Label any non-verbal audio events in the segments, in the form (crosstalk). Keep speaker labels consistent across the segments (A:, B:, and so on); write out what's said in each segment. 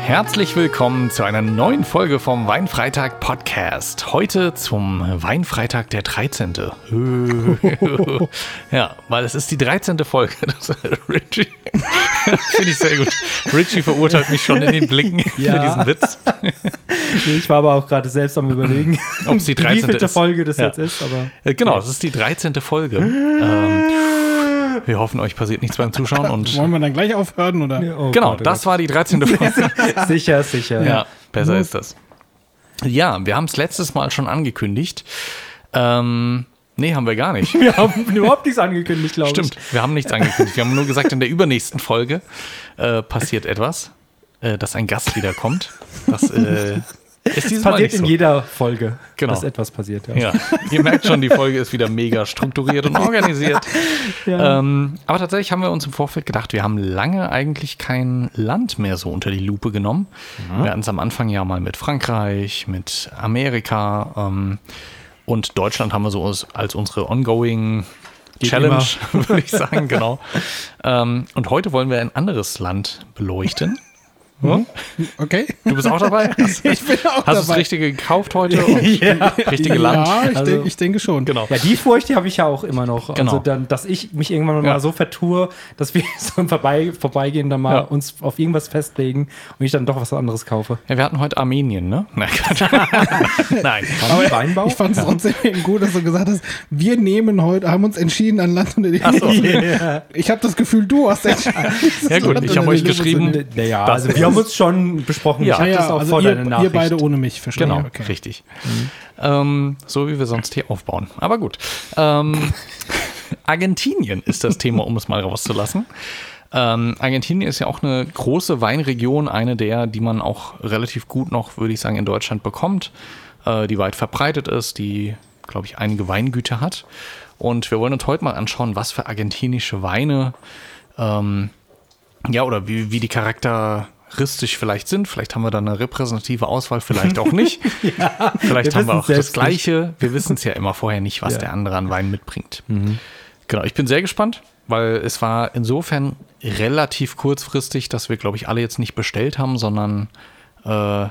A: Herzlich willkommen zu einer neuen Folge vom Weinfreitag Podcast. Heute zum Weinfreitag der 13. (laughs) ja, weil es ist die 13. Folge. (laughs) Das, Richie, finde ich sehr gut. Richie verurteilt mich schon in den Blicken für
B: Ja.
A: diesen Witz.
B: Ich war aber auch gerade selbst am Überlegen,
A: Ob's die 13.
B: (laughs) wie vielte
A: ist.
B: Folge das
A: Ja.
B: jetzt ist. Aber
A: Äh, Genau, es ist die 13. Folge. Ähm, wir hoffen, euch passiert nichts beim Zuschauen und
C: Wollen wir dann gleich aufhören oder?
B: oh
A: genau,
B: Gott, oh
A: das war die 13.
B: (laughs)
A: Folge.
B: Gott. sicher, sicher.
A: Ja, besser ist das. Ja, wir haben es letztes Mal schon angekündigt. Ähm, nee, haben wir gar nicht.
B: Wir haben überhaupt nichts angekündigt, glaube ich.
A: (laughs) Stimmt, wir haben nichts angekündigt. Wir haben nur gesagt, in der übernächsten Folge äh, passiert etwas, äh, dass ein Gast wiederkommt. Das äh, ist dieses
B: Es
A: Mal
B: passiert
A: nicht so.
B: in jeder Folge,
A: Genau.
B: dass etwas passiert. Ja.
A: ja, ihr merkt schon, die Folge ist wieder mega strukturiert und
C: (laughs)
A: organisiert.
B: Ja.
A: Ähm, aber tatsächlich haben wir uns im Vorfeld gedacht, wir haben lange eigentlich kein Land mehr so unter die Lupe genommen.
C: Mhm.
A: Wir hatten es am Anfang ja mal mit Frankreich, mit Amerika ähm, und Deutschland haben wir so als, als unsere ongoing Challenge, (laughs) würde ich sagen, genau. ähm, und heute wollen wir ein anderes Land beleuchten.
C: Okay.
A: Du bist auch dabei? Hast,
C: (laughs) Ich bin auch
A: hast du das
C: dabei.
A: Richtige gekauft
C: (laughs)
A: heute? Und Richtige Land?
C: Ja, ich,
B: Also-
C: denk, ich denke schon.
A: Genau.
B: Ja, die Furcht, die habe ich ja auch immer noch.
A: Genau.
B: Also dann, dass ich mich irgendwann
A: Ja.
B: mal so vertue, dass wir (laughs) so im Vorbei, Vorbeigehen dann mal
A: Ja.
B: uns auf irgendwas festlegen und ich dann doch was anderes kaufe.
A: Ja, wir hatten heute Armenien, ne? (laughs) Nein. Quatsch. Nein.
B: Aber Weinbau?
C: Ich fand es trotzdem gut, dass du gesagt hast, wir nehmen heute, haben uns entschieden an Land unter die
A: Ach
B: (laughs)
A: so.
C: Ich habe das Gefühl, du hast entschieden. dieses
A: Ja, gut,
C: Land
A: ich
C: unter
A: hab
C: die
A: euch
C: Lupe zu
A: geschrieben,
C: nehmen.
B: naja,
A: Das
B: also
A: ist-
B: wir haben uns schon besprochen.
A: Ja.
B: ich hatte
C: Ja,
B: das auch
C: also
B: vor
C: ihr,
B: deiner Nachricht.
C: ihr beide ohne mich, verstehe.
A: Genau,
C: Okay.
A: richtig. Ähm, so wie wir sonst hier aufbauen. Aber gut. Ähm, Argentinien ist das Thema, um es mal rauszulassen. Ähm, Argentinien ist ja auch eine große Weinregion, eine der, die man auch relativ gut noch, würde ich sagen, in Deutschland bekommt, äh, die weit verbreitet ist, die, glaube ich, einige Weingüter hat. Und wir wollen uns heute mal anschauen, was für argentinische Weine ähm, ja, oder wie, wie die charakteristisch vielleicht sind. Vielleicht haben wir da eine repräsentative Auswahl, vielleicht auch
B: (laughs)
A: nicht. vielleicht
B: wir
A: haben wir
B: wissen's
A: auch das
B: selbst
A: Gleiche. Wir wissen es ja immer vorher nicht, was
B: Ja. Mhm.
A: der andere an Wein mitbringt. Genau, ich bin sehr gespannt, weil es war insofern relativ kurzfristig, dass wir, glaube ich, alle jetzt nicht bestellt haben, sondern äh,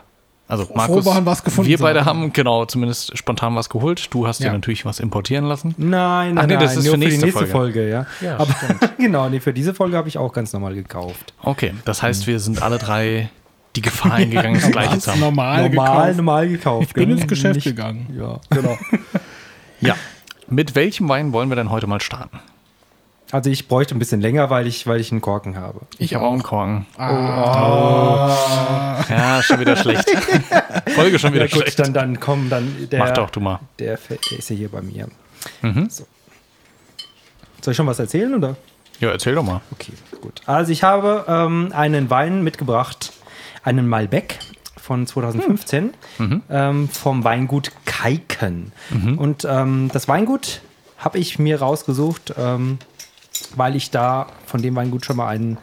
A: also Markus,
C: waren, was gefunden
A: wir beide
C: zu
A: haben, genau, zumindest spontan was geholt. Du hast dir
C: Ja.
A: natürlich was importieren lassen.
B: Nein,
A: Ach
B: nein,
A: nee, das
B: nein,
A: ist
B: nur
A: für
B: für, die
A: nächste
B: nächste Folge, ja.
A: Ja,
B: Aber (laughs) genau, nee, für diese Folge habe ich auch ganz normal gekauft.
A: Okay, das heißt,
B: Mhm.
A: wir sind alle drei die Gefahr eingegangen,
B: (laughs)
A: das Gleiche zu haben.
C: Ganz
B: Genau,
C: normal,
B: normal,
C: gekauft.
B: normal gekauft. genau. Ich
C: bin ins Geschäft gegangen.
B: Ja, genau.
A: Ja. Mit welchem Wein wollen wir denn heute mal starten?
B: Also ich bräuchte ein bisschen länger, weil ich, weil ich einen Korken habe.
A: Ich habe auch einen Korken. Ah.
B: Oh.
A: Ja, schon wieder
B: (laughs)
A: schlecht. Folge schon wieder
B: Ja, gut,
A: schlecht.
B: dann, dann komm, dann der,
A: Mach doch Mhm. du mal.
B: Der, fällt- der ist ja hier bei mir. So. Soll ich schon was erzählen oder?
A: Ja, erzähl doch mal.
B: Okay, gut. Also ich habe ähm, einen Wein mitgebracht, einen Malbec von 2015 ähm, vom Weingut Kaiken. Und ähm, das Weingut habe ich mir rausgesucht, ähm, weil ich da von dem Weingut schon mal einen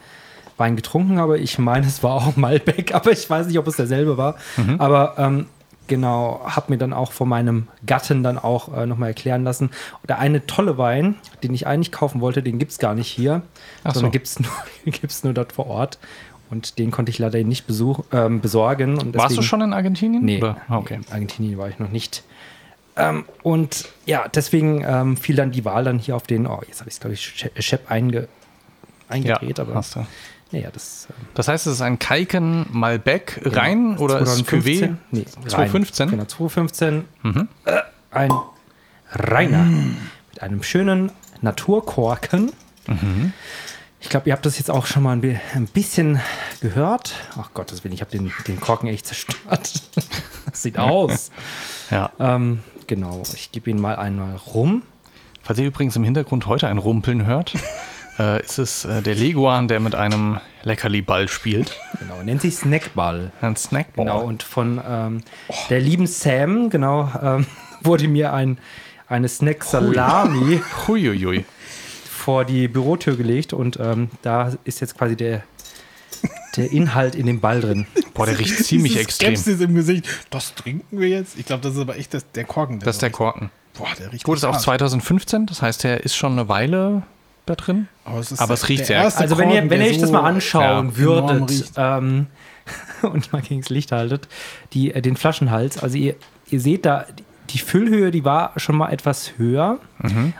B: Wein getrunken habe. Ich meine, es war auch Malbec, aber ich weiß nicht, ob es derselbe war.
A: Mhm.
B: Aber ähm, genau, habe mir dann auch von meinem Gatten dann auch äh, nochmal erklären lassen. Oder eine tolle Wein, den ich eigentlich kaufen wollte, den gibt es gar nicht hier,
A: Ach so.
B: sondern gibt es nur, (laughs) gibt's nur dort vor Ort. Und den konnte ich leider nicht besuch, ähm, besorgen. Und
A: Warst du
B: deswegen-
A: schon in Argentinien?
B: Nee,
A: Oder? Ah, Okay.
B: in Argentinien war ich noch nicht. Ähm, und ja, deswegen ähm, fiel dann die Wahl dann hier auf den, oh, jetzt habe ich es, glaube ich, Shep- Shep einge,
A: Ja,
B: eingedreht, aber
A: hast du.
B: naja, das ähm,
A: Das heißt, es ist ein Kalken Malbec
B: Genau.
A: rein oder ist es Cuvée?
B: Nee, rein.
A: 2015?
B: Genau, 2015.
A: Mhm.
B: Äh, ein reiner mit einem schönen Naturkorken.
A: Mhm.
B: Ich glaube, ihr habt das jetzt auch schon mal ein bi- ein bisschen gehört. Ach Gottes Willen, ich habe den, den Korken echt zerstört. (laughs) das sieht aus.
A: Ja.
B: ähm, genau, ich gebe ihn mal einmal rum.
A: Falls ihr übrigens im Hintergrund heute ein Rumpeln
B: (laughs)
A: hört, äh, ist es äh, der Leguan, der mit einem Leckerli-Ball spielt.
B: Genau, nennt sich Snackball.
A: Ein Snackball.
B: Genau, und von ähm, der lieben Sam, genau, ähm, (laughs) wurde mir ein, eine (laughs) Snack-Salami
A: Huiuiui.
B: vor die Bürotür gelegt und ähm, da ist jetzt quasi der, der Inhalt in dem Ball drin.
A: Boah, der riecht ziemlich
C: Diese
A: extrem.
C: Skepsis im Gesicht. Das trinken wir jetzt? Ich glaube, das ist aber echt das, der Korken.
A: Das ist der Korken.
C: Boah, der riecht
A: Gut, ist auch
C: hart.
A: 2015, das heißt, der ist schon eine Weile da drin.
C: Aber es, ist
A: aber es
C: der-
A: riecht
C: der
A: sehr-
C: erste
B: Also wenn ihr,
C: Korken,
B: wenn ihr
C: der
B: euch das
C: so-
B: mal anschauen
A: ja,
C: enorm
B: würdet
C: riecht.
B: ähm, (laughs) und mal gegen das Licht haltet, die, äh, den Flaschenhals, also ihr, ihr seht da, die Füllhöhe, die war schon mal etwas höher,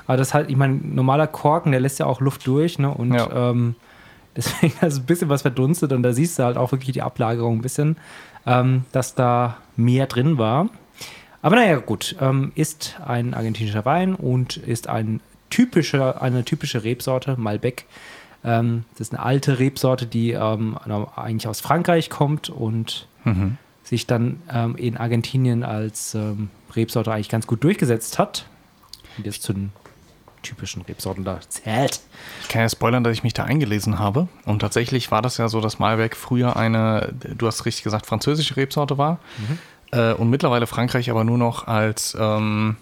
B: aber das halt, ich meine, normaler Korken, der lässt ja auch Luft durch ne? und
A: Ja.
B: ähm, (laughs) deswegen ist also ein bisschen was verdunstet und da siehst du halt auch wirklich die Ablagerung ein bisschen, ähm, dass da mehr drin war. Aber naja, gut, ähm, ist ein argentinischer Wein und ist ein typischer, eine typische Rebsorte, Malbec. Ähm, das ist eine alte Rebsorte, die ähm, eigentlich aus Frankreich kommt und sich dann ähm, in Argentinien als ähm, Rebsorte eigentlich ganz gut durchgesetzt hat. Und jetzt zu den typischen Rebsorten da zählt. (laughs)
A: Ich kann ja spoilern, dass ich mich da eingelesen habe. Und tatsächlich war das ja so, dass Malbec früher eine, du hast richtig gesagt, französische Rebsorte war. Äh, und mittlerweile Frankreich aber nur noch als, ähm,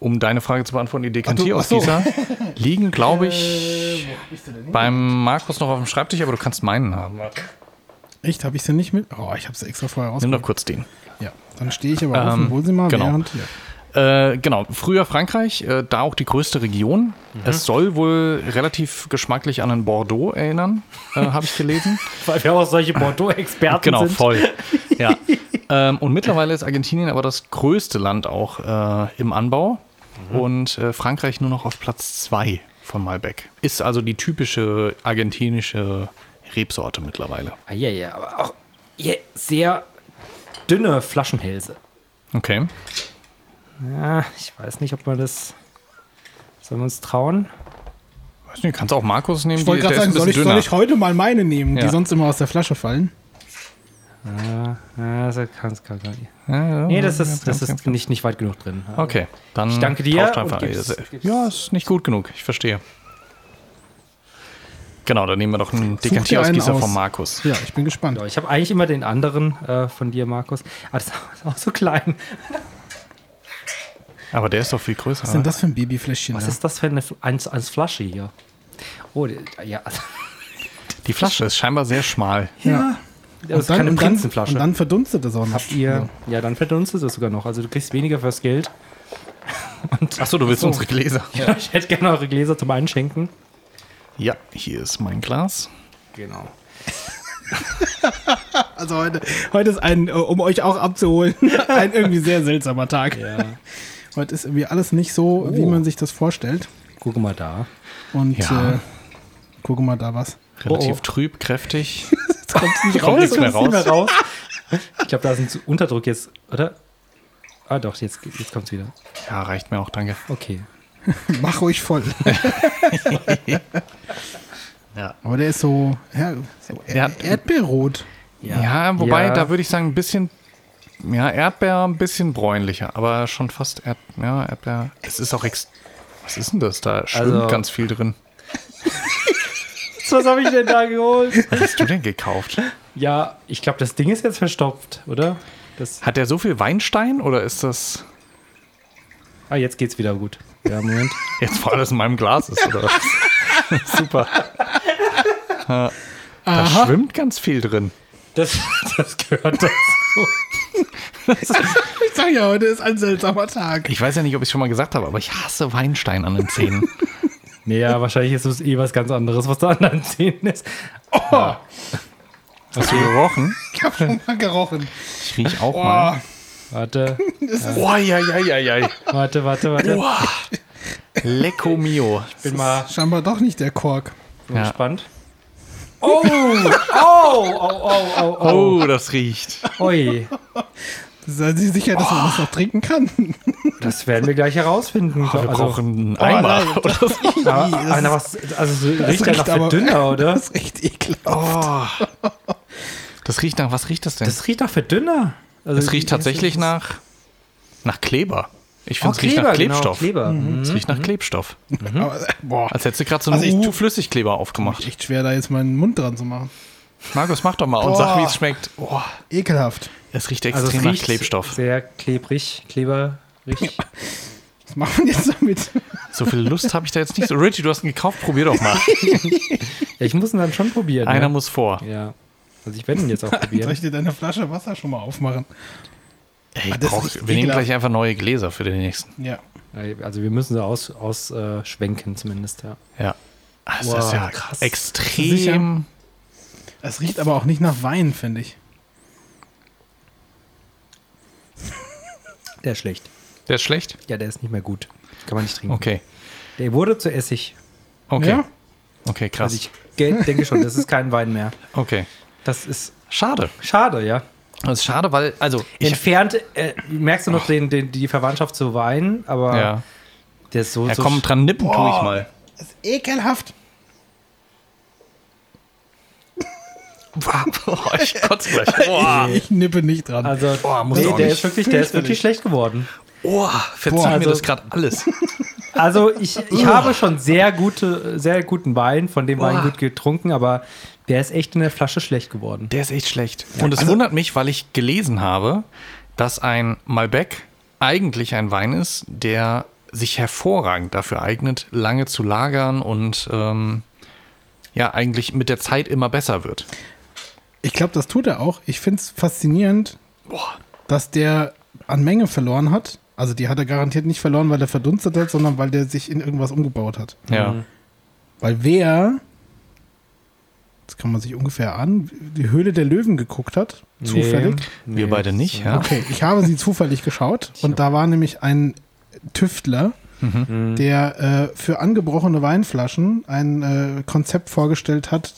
A: um deine Frage zu beantworten, die Dekantier
C: Ach
A: aus
C: so, ach
A: dieser (laughs) liegen, glaube ich, beim Markus noch auf dem Schreibtisch, aber du kannst meinen haben.
C: Echt, habe ich denn nicht mit? Oh, ich habe es extra vorher
A: Nimm doch
C: rausgeholt.
A: kurz den.
C: Ja, dann stehe ich aber auf
B: Ähm,
C: und hol sie mal.
A: genau.
C: Während, ja.
A: Äh, genau, früher Frankreich, äh, da auch die größte Region.
B: Mhm.
A: Es soll wohl relativ geschmacklich an einen Bordeaux erinnern, äh, habe ich
B: (laughs)
A: gelesen.
B: Weil wir auch solche Bordeaux-Experten
A: genau,
B: sind.
A: voll. Ja. (laughs) ähm, und mittlerweile ist Argentinien aber das größte Land auch äh, im Anbau
B: Mhm.
A: und äh, Frankreich nur noch auf Platz zwei von Malbec. Ist also die typische argentinische Rebsorte mittlerweile.
B: Ah, ja, ja, aber auch ja, sehr dünne Flaschenhälse.
A: Okay.
B: Ja, ich weiß nicht, ob man das. Sollen wir uns trauen?
A: Weiß nicht, kannst auch Markus nehmen.
C: Ich wollte
A: die-
C: gerade
A: der
C: sagen,
A: ist ein
C: soll ich,
A: bisschen
C: soll
A: dünner.
C: ich heute mal meine nehmen,
A: Ja.
C: die sonst immer aus der Flasche fallen?
B: Ja, ja, das kann es gar nicht.
A: Ja, ja.
B: Nee, das ist, das ist nicht, nicht weit genug drin.
A: Okay, dann
B: Ich danke dir
A: tauscht
B: und
A: einfach.
B: gib's-
A: ja, ist nicht gut genug, ich verstehe. Genau, dann nehmen wir doch einen
C: dir
A: Dekantierausgießer
C: einen
A: von
C: aus.
A: Markus.
C: Ja, ich bin gespannt.
B: Ja, Genau, Ich habe eigentlich immer den anderen äh, von dir, Markus. Ah, das (laughs) ist auch so klein.
A: Aber der ist doch viel größer.
C: Was ist denn
A: oder?
C: das für ein Babyfläschchen?
B: Was
C: da?
B: ist das für eine Fl- eins, eins Flasche hier? Oh, die- ja. (laughs) also-
A: Die Flasche ist scheinbar sehr schmal.
C: Ja.
B: Das ist keine
C: und dann,
B: Prinzenflasche.
C: und dann verdunstet das auch noch.
B: Habt ihr, ja, dann verdunstet das sogar noch. Also du kriegst weniger fürs Geld.
A: Achso, du willst unsere Gläser.
B: (laughs) Ich hätte gerne eure Gläser zum Einschenken.
A: Ja, hier ist mein Glas.
B: Genau.
C: Also heute, heute ist ein, äh, um euch auch abzuholen, (laughs) ein irgendwie sehr seltsamer Tag.
B: Ja.
C: Heute ist irgendwie alles nicht so, wie
B: Oh.
C: man sich das vorstellt.
B: Guck mal da.
C: Und
A: Ja.
C: äh, gucke mal da was. (laughs)
A: Relativ
B: Oh, oh.
A: trüb, kräftig.
C: Jetzt kommt's nicht
A: Kommt
C: raus.
A: nichts mehr raus.
B: Mal raus. Ich glaube, da ist ein Zu- Unterdruck jetzt, oder? Ah doch, jetzt, jetzt kommt's wieder.
A: Ja, reicht mir auch, danke.
B: Okay.
C: Mach ruhig voll.
B: (laughs)
C: (laughs)
A: Ja.
C: Aber der ist so, ja, so
A: Ja.
C: er Erdbeerrot.
A: Ja, wobei,
B: Ja.
A: da würde ich sagen, ein bisschen. Ja, Erdbeer ein bisschen bräunlicher, aber schon fast Erd, ja, Erdbeer. Es ist auch ex. Was ist denn das? Da schwimmt
B: Also-
A: ganz viel drin.
B: Was habe ich denn da geholt?
A: Was hast du denn gekauft?
B: Ja, ich glaube, das Ding ist jetzt verstopft, oder? Das,
A: Hat der so viel Weinstein oder ist das
B: ah, jetzt geht's wieder gut. Ja, Moment.
A: jetzt, weil das in meinem Glas ist oder was? Super. Ja, Da schwimmt ganz viel drin.
B: Das, das gehört dazu.
C: Ich sag ja, heute ist ein seltsamer Tag.
A: Ich weiß ja nicht, ob ich es schon mal gesagt habe, aber ich hasse Weinstein an den Zähnen.
B: Nee, ja, wahrscheinlich ist es eh was ganz anderes, was da an deinen Zähnen ist.
A: Hast du gerochen?
C: Ich hab schon mal gerochen. Ah,
A: Ich riech auch mal.
C: Boah,
B: Warte,
C: das ist
A: Oh, ja, ja, ja, ja.
B: warte, warte, warte.
A: Boah. Lecco mio.
B: Bin mal
C: scheinbar doch nicht der Kork.
A: Ja.
B: gespannt. Oh, oh, oh, oh, oh,
A: Oh, das riecht.
B: oh. Ui,
C: Seien Sie sicher, dass
A: Oh.
C: man das noch trinken kann?
B: das werden wir gleich herausfinden. Also,
A: Wir brauchen einen Eimer. oder so.
B: aber, aber was, also es riecht ja nach
C: riecht aber- (laughs)
B: Verdünner, oder?
C: Das ist echt ekelhaft.
A: Oh. Das riecht nach, was riecht das denn?
B: Das riecht nach Verdünner. Also,
A: Es riecht tatsächlich nach, nach Kleber. Ich
B: Oh,
A: finde, es riecht
B: Kleber,
A: nach
B: genau,
A: Klebstoff.
B: Kleber.
A: Es riecht nach Klebstoff.
C: Aber, äh, boah,
A: Mhm. Als hättest du gerade so einen
C: Also ich tu-
A: U-Flüssigkleber aufgemacht.
C: echt schwer, da jetzt meinen Mund dran zu machen.
A: Markus, mach doch mal und sag,
C: Boah.
A: wie es schmeckt. Oh,
C: Ekelhaft.
A: es riecht
B: Also
A: extrem
B: es
A: nach
B: riecht
A: Klebstoff.
B: sehr klebrig, kleberig.
C: Was machen wir jetzt damit?
A: So viel Lust habe ich da jetzt nicht. So, Richie, du hast ihn gekauft, probier doch mal.
B: Ja, ich muss ihn dann schon probieren.
A: Einer
B: ne?
A: muss vor.
B: Ja. Also ich werde ihn jetzt auch
C: Soll
B: probieren.
C: ich dir deine Flasche Wasser schon mal aufmachen?
A: Ey,
C: Ah, das
A: brauch,
C: ist
A: wir nehmen
C: ekelhaft.
A: gleich einfach neue Gläser für den nächsten.
C: Ja.
B: Also wir müssen sie ausschwenken aus, äh, schwenken zumindest, ja.
A: Ja. Ah, Das
B: Wow,
A: ist ja
B: krass.
A: extrem.
C: Sicher? Es riecht aber auch nicht nach Wein, finde ich.
B: Der ist schlecht.
A: Der ist schlecht?
B: Ja, der ist nicht mehr gut. Kann man nicht trinken.
A: Okay.
B: Der wurde zu Essig.
A: Okay.
C: Ja?
A: Okay,
B: Also
A: krass.
B: ich ge- denke schon, das ist kein Wein mehr.
A: Okay.
B: Das ist
A: Schade.
B: schade, ja.
A: Das ist schade, weil, also, ich,
B: Entfernt, äh, merkst du noch den, den, die Verwandtschaft zu Wein, aber
A: ja.
B: der ist so,
A: Ja,
B: so
A: komm,
B: sch-
A: dran nippen tue ich
C: (laughs)
A: mal.
C: Das ist ekelhaft.
A: Boah, ich kotze gleich. Boah,
C: Ich nippe nicht dran.
B: also
A: Boah, muss
B: nee,
A: auch
B: der
A: nicht.
B: ist wirklich, der ist wirklich schlecht geworden.
A: oh, verzieh
C: Boah,
A: mir
B: also-
A: das gerade alles.
B: Also ich, ich habe schon sehr gute, sehr guten Wein von dem Wein
A: Boah.
B: gut getrunken, aber der ist echt in der Flasche schlecht geworden.
A: Der ist echt schlecht. Und es wundert mich, weil ich gelesen habe, dass ein Malbec eigentlich ein Wein ist, der sich hervorragend dafür eignet, lange zu lagern und ähm, ja, eigentlich mit der Zeit immer besser wird.
C: Ich glaube, das tut er auch. Ich finde es faszinierend,
A: Boah.
C: dass der an Menge verloren hat. Also die hat er garantiert nicht verloren, weil er verdunstet hat, sondern weil der sich in irgendwas umgebaut hat.
A: Ja.
B: Mhm.
C: Weil wer, das kann man sich ungefähr an, die Höhle der Löwen geguckt hat, zufällig.
B: Nee,
A: Wir
B: nee,
A: beide nicht, ja.
C: Okay, ich habe sie zufällig geschaut und da war nämlich ein Tüftler, der äh, für angebrochene Weinflaschen ein äh, Konzept vorgestellt hat,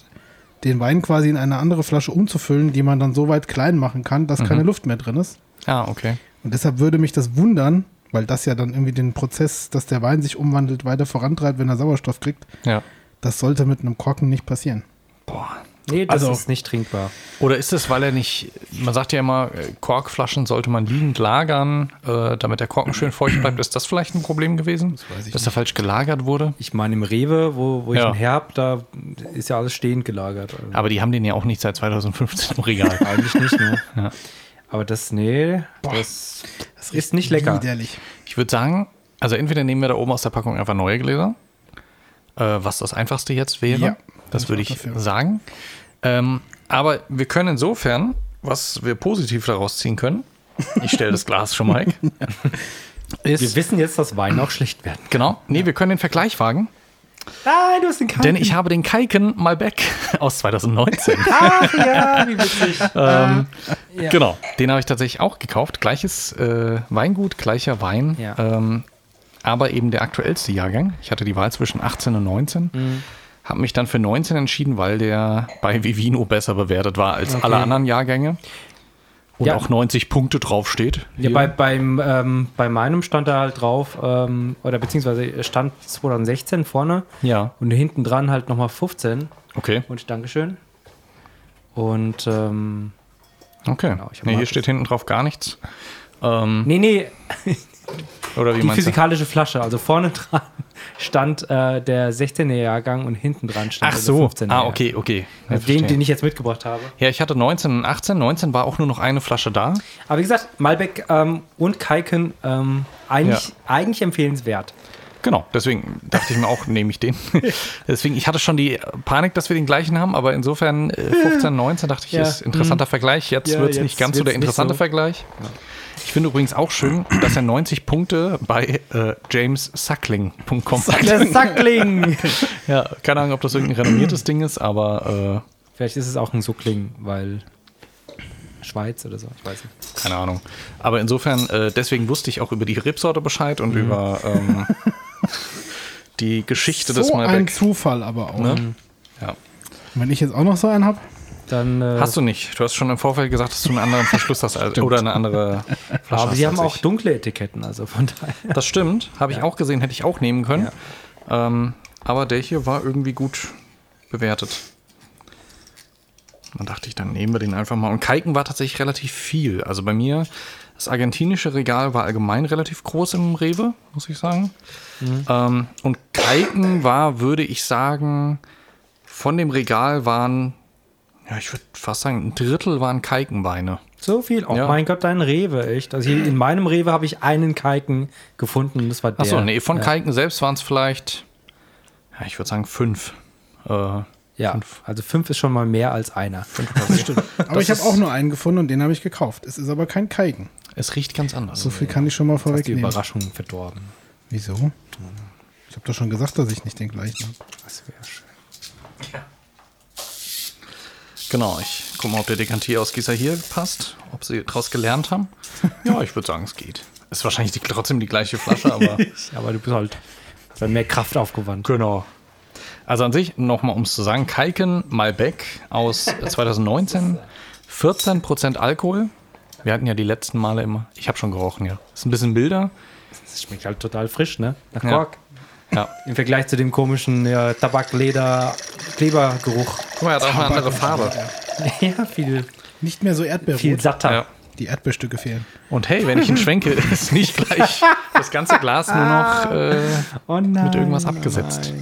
C: den Wein quasi in eine andere Flasche umzufüllen, die man dann so weit klein machen kann, dass keine Luft mehr drin ist.
A: Ah, okay.
C: Und deshalb würde mich das wundern, weil das ja dann irgendwie den Prozess, dass der Wein sich umwandelt, weiter vorantreibt, wenn er Sauerstoff kriegt.
A: Ja.
C: Das sollte mit einem Korken nicht passieren.
A: Boah.
B: Nee, das
C: Also-
B: ist nicht trinkbar.
A: Oder ist es, weil er nicht, man sagt ja immer, äh, Korkflaschen sollte man liegend lagern, äh, damit der Korken schön feucht bleibt. Ist das vielleicht ein Problem gewesen? Das
C: weiß ich
A: Dass er falsch gelagert wurde?
B: Ich meine, im Rewe, wo, wo ich
A: Ja.
B: ihn her hab, da ist ja alles stehend gelagert. Also
A: Aber die haben den ja auch nicht seit 2015 im Regal.
B: Eigentlich nicht,
A: (laughs)
B: ne? Aber das, nee, das, ist nicht lecker.
C: Widerlich.
A: Ich würde sagen, also entweder nehmen wir da oben aus der Packung einfach neue Gläser, äh, was das einfachste jetzt wäre.
C: Ja,
A: das würde ich
C: dafür.
A: sagen. Ähm, aber wir können insofern, was wir positiv daraus ziehen können, ich stelle das Glas schon mal (laughs) weg,
B: Wir
A: ist,
B: wissen jetzt, dass Wein auch schlecht werden kann.
A: genau, nee, wir können den Vergleich wagen,
B: Nein, du hast den Kalten.
A: denn
B: (laughs)
A: ich habe den Kaiken Malbec (laughs) aus 2019.
B: Ach ja, wie witzig. Ja.
A: Genau, den habe ich tatsächlich auch gekauft. Gleiches äh, Weingut, gleicher Wein.
B: Ja.
A: Ähm, aber eben der aktuellste Jahrgang. Ich hatte die Wahl zwischen 18 und 19.
B: Mhm.
A: Habe mich dann für 19 entschieden, weil der bei Vivino besser bewertet war als alle anderen Jahrgänge. Und
B: Ja.
A: auch 90 Punkte draufsteht.
B: Ja, bei, beim, ähm, bei meinem stand da halt drauf, ähm, oder beziehungsweise stand 2016 vorne
A: Ja.
B: und hinten dran halt nochmal 15.
A: Okay.
B: Und Dankeschön. Und, ähm,
A: Okay.
B: Genau, ich hab
A: nee,
B: mal
A: hier
B: das-
A: steht hinten drauf gar nichts. Ähm,
B: nee, nee,
A: oder wie
B: die
A: meinst du?
B: physikalische Flasche. Also vorne (laughs) dran stand äh, der 16er Jahrgang und hinten dran stand
A: Ach
B: der
A: so.
B: 15er
A: Ah,
B: Jahrgang.
A: okay, okay. Ja,
B: Also den,
A: verstehe.
B: den ich jetzt mitgebracht habe.
A: ja, ich hatte 19 und 18. 19 war auch nur noch eine Flasche da.
B: Aber wie gesagt, Malbec ähm, und Kaiken ähm, eigentlich,
A: Ja. (laughs)
B: eigentlich empfehlenswert.
A: Genau, deswegen dachte ich mir auch, nehme
B: (laughs)
A: ich den. deswegen, ich hatte schon die Panik, dass wir den gleichen haben, aber insofern äh, 15, 19 dachte ich,
B: Ja, Mhm.
A: ist interessanter Vergleich. Jetzt
B: Ja,
A: wird es
B: jetzt
A: nicht ganz so der
B: wird's nicht
A: interessante
B: so.
A: Vergleich. Ich finde übrigens auch schön, dass er 90 Punkte bei äh, jamessuckling.com hat.
B: Der Sackling! (laughs)
A: Ja, keine Ahnung, ob das irgendein renommiertes Ding ist, aber äh,
B: Vielleicht ist es auch ein Suckling, weil Schweiz oder so, ich weiß nicht.
A: äh, keine Ahnung. Aber insofern, äh, deswegen wusste ich auch über die Rebsorte Bescheid
B: Mhm.
A: und über
B: (laughs)
A: ähm, die Geschichte des
C: So ein
A: Malbec.
C: Zufall aber auch.
A: Ne? Ja.
C: Wenn ich jetzt auch noch so einen habe,
B: Dann, äh,
A: Hast du nicht. Du hast schon im Vorfeld gesagt, dass du einen anderen Verschluss
B: (laughs)
A: hast als, oder eine andere Flasche
B: aber
A: hast
B: sie haben
A: als
B: auch
A: ich.
B: dunkle Etiketten, also von daher. (laughs)
A: Das stimmt. Habe ich auch gesehen, hätte ich auch nehmen können. Ähm, aber der hier war irgendwie gut bewertet. Dann dachte ich, dann nehmen wir den einfach mal. Und Kalken war tatsächlich relativ viel. Also bei mir, das argentinische Regal war allgemein relativ groß im Rewe, muss ich sagen. Ähm, und Kalken war, würde ich sagen, von dem Regal waren Ja, ich würde fast sagen, ein Drittel waren Kalkenweine.
B: So viel. Oh
A: Ja.
B: mein Gott, dein Rewe, echt. Also hier in meinem Rewe habe ich einen Kalken gefunden. Das war der. äh,
A: Achso, nee, von Kalken selbst waren es vielleicht, ja, ich würde sagen, fünf. Äh,
B: Ja,
A: Fünf.
B: also fünf ist schon mal mehr als einer.
C: Aber ich habe auch nur einen gefunden und den habe ich gekauft. Es ist aber kein Kalken.
A: Es riecht ganz anders.
C: So viel kann ich schon mal
B: Du hast die
C: vorwegnehmen.
B: Überraschung verdorben.
C: Wieso? Ich habe doch schon gesagt, dass ich nicht den gleichen habe.
B: Das wäre schön.
A: Genau, ich gucke mal, ob der Dekantierausgießer hier passt, ob sie daraus gelernt (laughs) haben. Ja, ich würde sagen, es geht. Ist wahrscheinlich die, trotzdem die gleiche Flasche, (laughs) aber
B: Ja, aber du bist halt dann mehr Kraft aufgewandt.
A: genau. Also an sich, nochmal um es zu sagen, Kalken Malbec (laughs) aus 2019, 14% Alkohol. Wir hatten ja die letzten Male immer, ich habe schon gerochen, ja. Ist ein bisschen milder.
B: Das schmeckt halt total frisch, ne? Nach
A: Ja.
B: Kork.
A: Ja.
B: Im Vergleich zu dem komischen ja, Tabakleder-Klebergeruch.
A: Guck mal, er hat auch eine andere Farbe.
B: (laughs) ja, viel,
C: Nicht mehr so Erdbeerrot.
B: viel satter.
A: Ja.
C: Die Erdbeerstücke fehlen.
A: Und hey, wenn ich ihn
B: (laughs)
A: schwenke, ist nicht gleich das ganze Glas nur noch äh,
B: Oh nein.
A: mit irgendwas abgesetzt.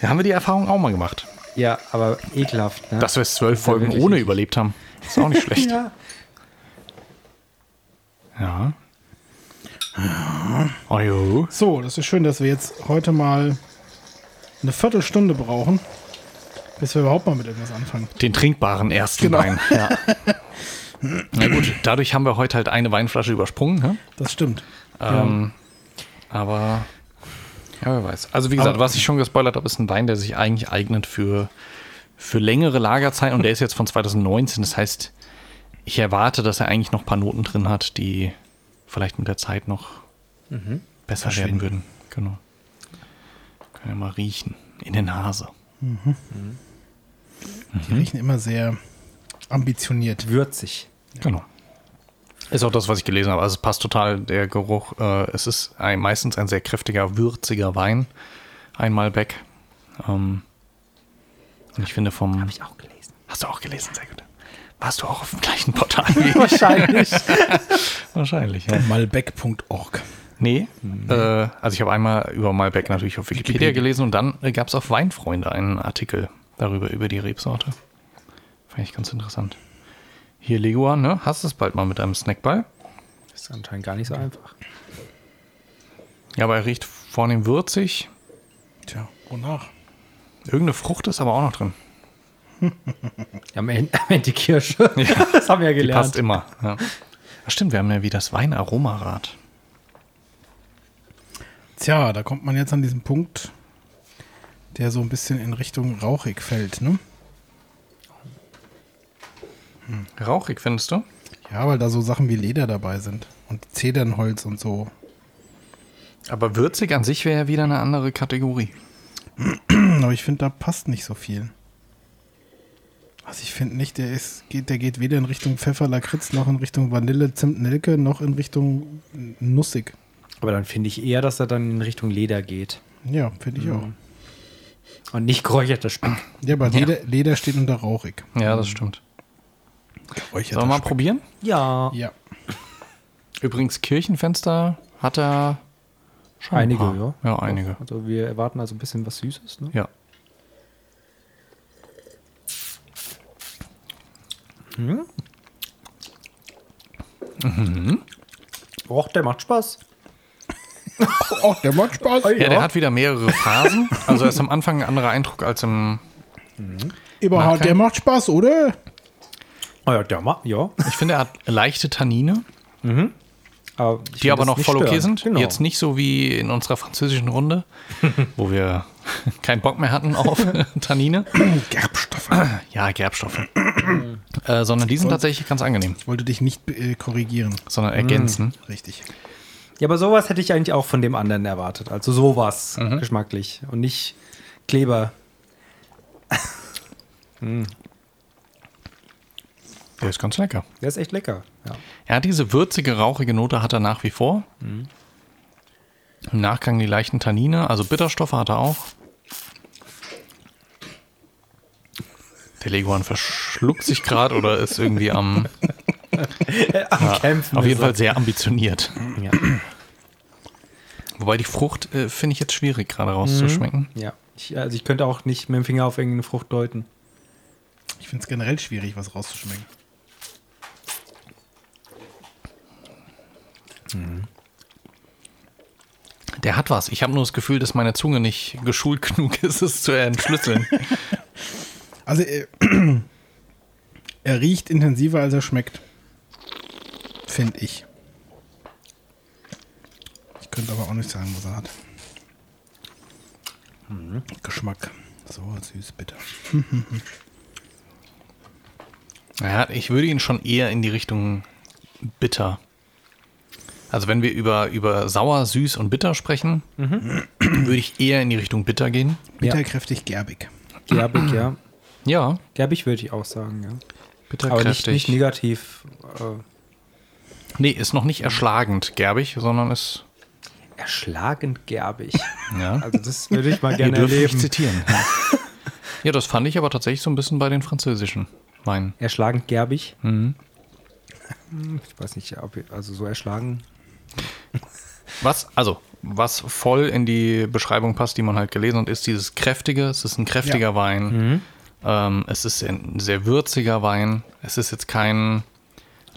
A: Ja, haben wir die Erfahrung auch mal gemacht.
B: Ja, aber ekelhaft, ne?
A: Dass wir es zwölf Folgen
B: wirklich
A: ohne
B: nicht.
A: überlebt haben. Ist auch nicht
B: (laughs)
A: schlecht. ja.
B: ja.
A: Oh, jo.
C: So, das ist schön, dass wir jetzt heute mal eine Viertelstunde brauchen, bis wir überhaupt mal mit irgendwas anfangen.
A: Den trinkbaren ersten
C: Genau.
A: Wein.
B: (laughs)
A: Ja. Na gut, dadurch haben wir heute halt eine Weinflasche übersprungen. Ne?
C: Das stimmt.
A: Ähm, aber ja, wer weiß. Also wie gesagt,
C: Aber-
A: was ich schon gespoilert habe, ist ein Wein, der sich eigentlich eignet für, für längere Lagerzeiten und der ist jetzt von 2019. Das heißt, ich erwarte, dass er eigentlich noch ein paar Noten drin hat, die vielleicht mit der Zeit noch besser werden würden. Genau. Können wir mal riechen. In der Nase.
C: Die
B: Mhm.
C: riechen immer sehr ambitioniert.
B: Würzig.
A: Genau. Ist auch das, was ich gelesen habe. Also es passt total der Geruch. Äh, es ist ein, meistens ein sehr kräftiger, würziger Wein. Einmal weg. Ähm, und ich finde vom.
B: ich auch gelesen.
A: Hast du auch gelesen, sehr gut. Warst du auch auf dem gleichen Portal
B: (laughs)
A: wie ich?
B: Wahrscheinlich.
A: (laughs) Wahrscheinlich, ja.
C: Malbec.org.
A: Nee. Äh, also ich habe einmal über Malbec natürlich auf Wikipedia, gelesen und dann äh, gab es auf Weinfreunde einen Artikel darüber, über die Rebsorte. Fand ich ganz interessant. Hier, Leguan, ne? Hast du es bald mal mit einem Snackball?
B: ist anscheinend gar nicht so einfach.
A: Ja, aber er riecht vornehm würzig.
C: Tja, wonach?
A: Irgendeine Frucht ist aber auch noch drin.
B: Am Ende, am Ende die Kirsche. (laughs) Das haben wir ja
A: Die passt
B: gelernt.
A: immer. Ja. Ach stimmt, wir haben ja wie das Weinaromarad.
C: Tja, da kommt man jetzt an diesen Punkt, der so ein bisschen in Richtung rauchig fällt, ne?
A: Rauchig, findest du?
C: Ja, weil da so Sachen wie Leder dabei sind und Zedernholz und so. (clears throat)
A: Aber würzig an sich wäre ja wieder eine andere Kategorie.
C: Aber ich finde, da passt nicht so viel. Also ich finde nicht, der ist, geht, der geht weder in Richtung Pfeffer, Lakritz, noch in Richtung Vanille, Zimt, Nelke, noch in Richtung Nussig.
B: Aber dann finde ich eher, dass er dann in Richtung Leder geht.
C: Ja, finde
A: Hm.
C: ich auch.
B: Und nicht geräucherter Speck.
C: Ja, aber Leder, Leder steht unter rauchig.
A: Ja, das stimmt.
C: Räuchert
A: Sollen wir mal probieren?
B: Ja.
C: Ja.
A: Übrigens, Kirchenfenster hat er schon ein
B: Einige,
A: paar.
B: ja.
A: Ja, einige.
B: Also wir erwarten also ein bisschen was Süßes, ne?
A: Ja.
B: Och, der macht Spaß.
C: Oh, der macht Spaß.
A: ja, der hat wieder mehrere (laughs) Phasen. Also er ist am Anfang ein anderer Eindruck als im...
C: Eberhard, der macht Spaß, oder?
B: Oh ja, der macht, ja.
A: Ich finde, er hat leichte Tannine.
B: Aber ich
A: die
B: will
A: aber
B: das
A: noch
B: nicht
A: voll okay
B: stören.
A: sind.
B: Genau.
A: Jetzt nicht so wie in unserer französischen Runde, (laughs) wo wir (laughs) keinen Bock mehr hatten (laughs) auf Tannine.
C: Gerbstoffe.
A: (clears throat) Ja, Gerbstoffe. äh, sondern die sind tatsächlich ganz angenehm,
C: Ich wollte dich nicht äh, korrigieren.
A: sondern ergänzen.
C: Richtig.
B: Ja, aber sowas hätte ich eigentlich auch von dem anderen erwartet. Also sowas
A: Mhm.
B: geschmacklich und nicht Kleber.
A: Der ist ganz lecker.
B: Der ist echt lecker.
A: (laughs)
B: Ja.
A: Ja, diese würzige, rauchige Note hat er nach wie vor. Im Nachgang die leichten Tannine, also Bitterstoffe hat er auch. Der Leguan verschluckt sich gerade oder ist irgendwie am,
B: Am Kämpfen.
A: auf
B: ist
A: jeden
B: er.
A: Fall sehr ambitioniert.
B: Ja.
A: Wobei die Frucht äh, finde ich jetzt schwierig gerade rauszuschmecken.
B: ja. Ich, also ich könnte auch nicht mit dem Finger auf irgendeine Frucht deuten.
C: Ich finde es generell schwierig, was rauszuschmecken.
A: Der hat was. Ich habe nur das Gefühl, dass meine Zunge nicht geschult genug (laughs) ist, es zu entschlüsseln.
C: Also äh, (clears throat) er riecht intensiver, als er schmeckt. Finde ich. Ich könnte aber auch nicht sagen, was er hat. Geschmack. So, süß, bitter.
A: ja, ich würde ihn schon eher in die Richtung bitter. Also wenn wir über, über sauer, süß und bitter sprechen, würde ich eher in die Richtung bitter gehen.
C: Bitter, kräftig, gerbig. (laughs)
B: Gerbig,
A: (clears throat)
B: ja.
A: Ja,
B: Gerbig würde ich auch sagen, ja.
A: bitter
B: Aber nicht,
A: kräftig.
B: nicht negativ. Äh,
A: nee, ist noch nicht erschlagend gerbig, sondern ist
B: erschlagend gerbig.
A: ja.
B: (laughs) Also das würde ich mal
A: Ihr
B: gerne
A: dürft mich
B: erleben.
A: zitieren.
B: (laughs)
A: ja, das fand ich aber tatsächlich so ein bisschen bei den französischen Weinen.
B: Erschlagend gerbig.
A: Mhm.
B: Hm, Ich weiß nicht, ob ich, also so erschlagen.
A: Was, also, was voll in die Beschreibung passt, die man halt gelesen hat, ist dieses kräftige, es ist ein kräftiger
C: Ja. Mhm.
A: Wein. Ähm, es ist ein sehr würziger Wein. Es ist jetzt kein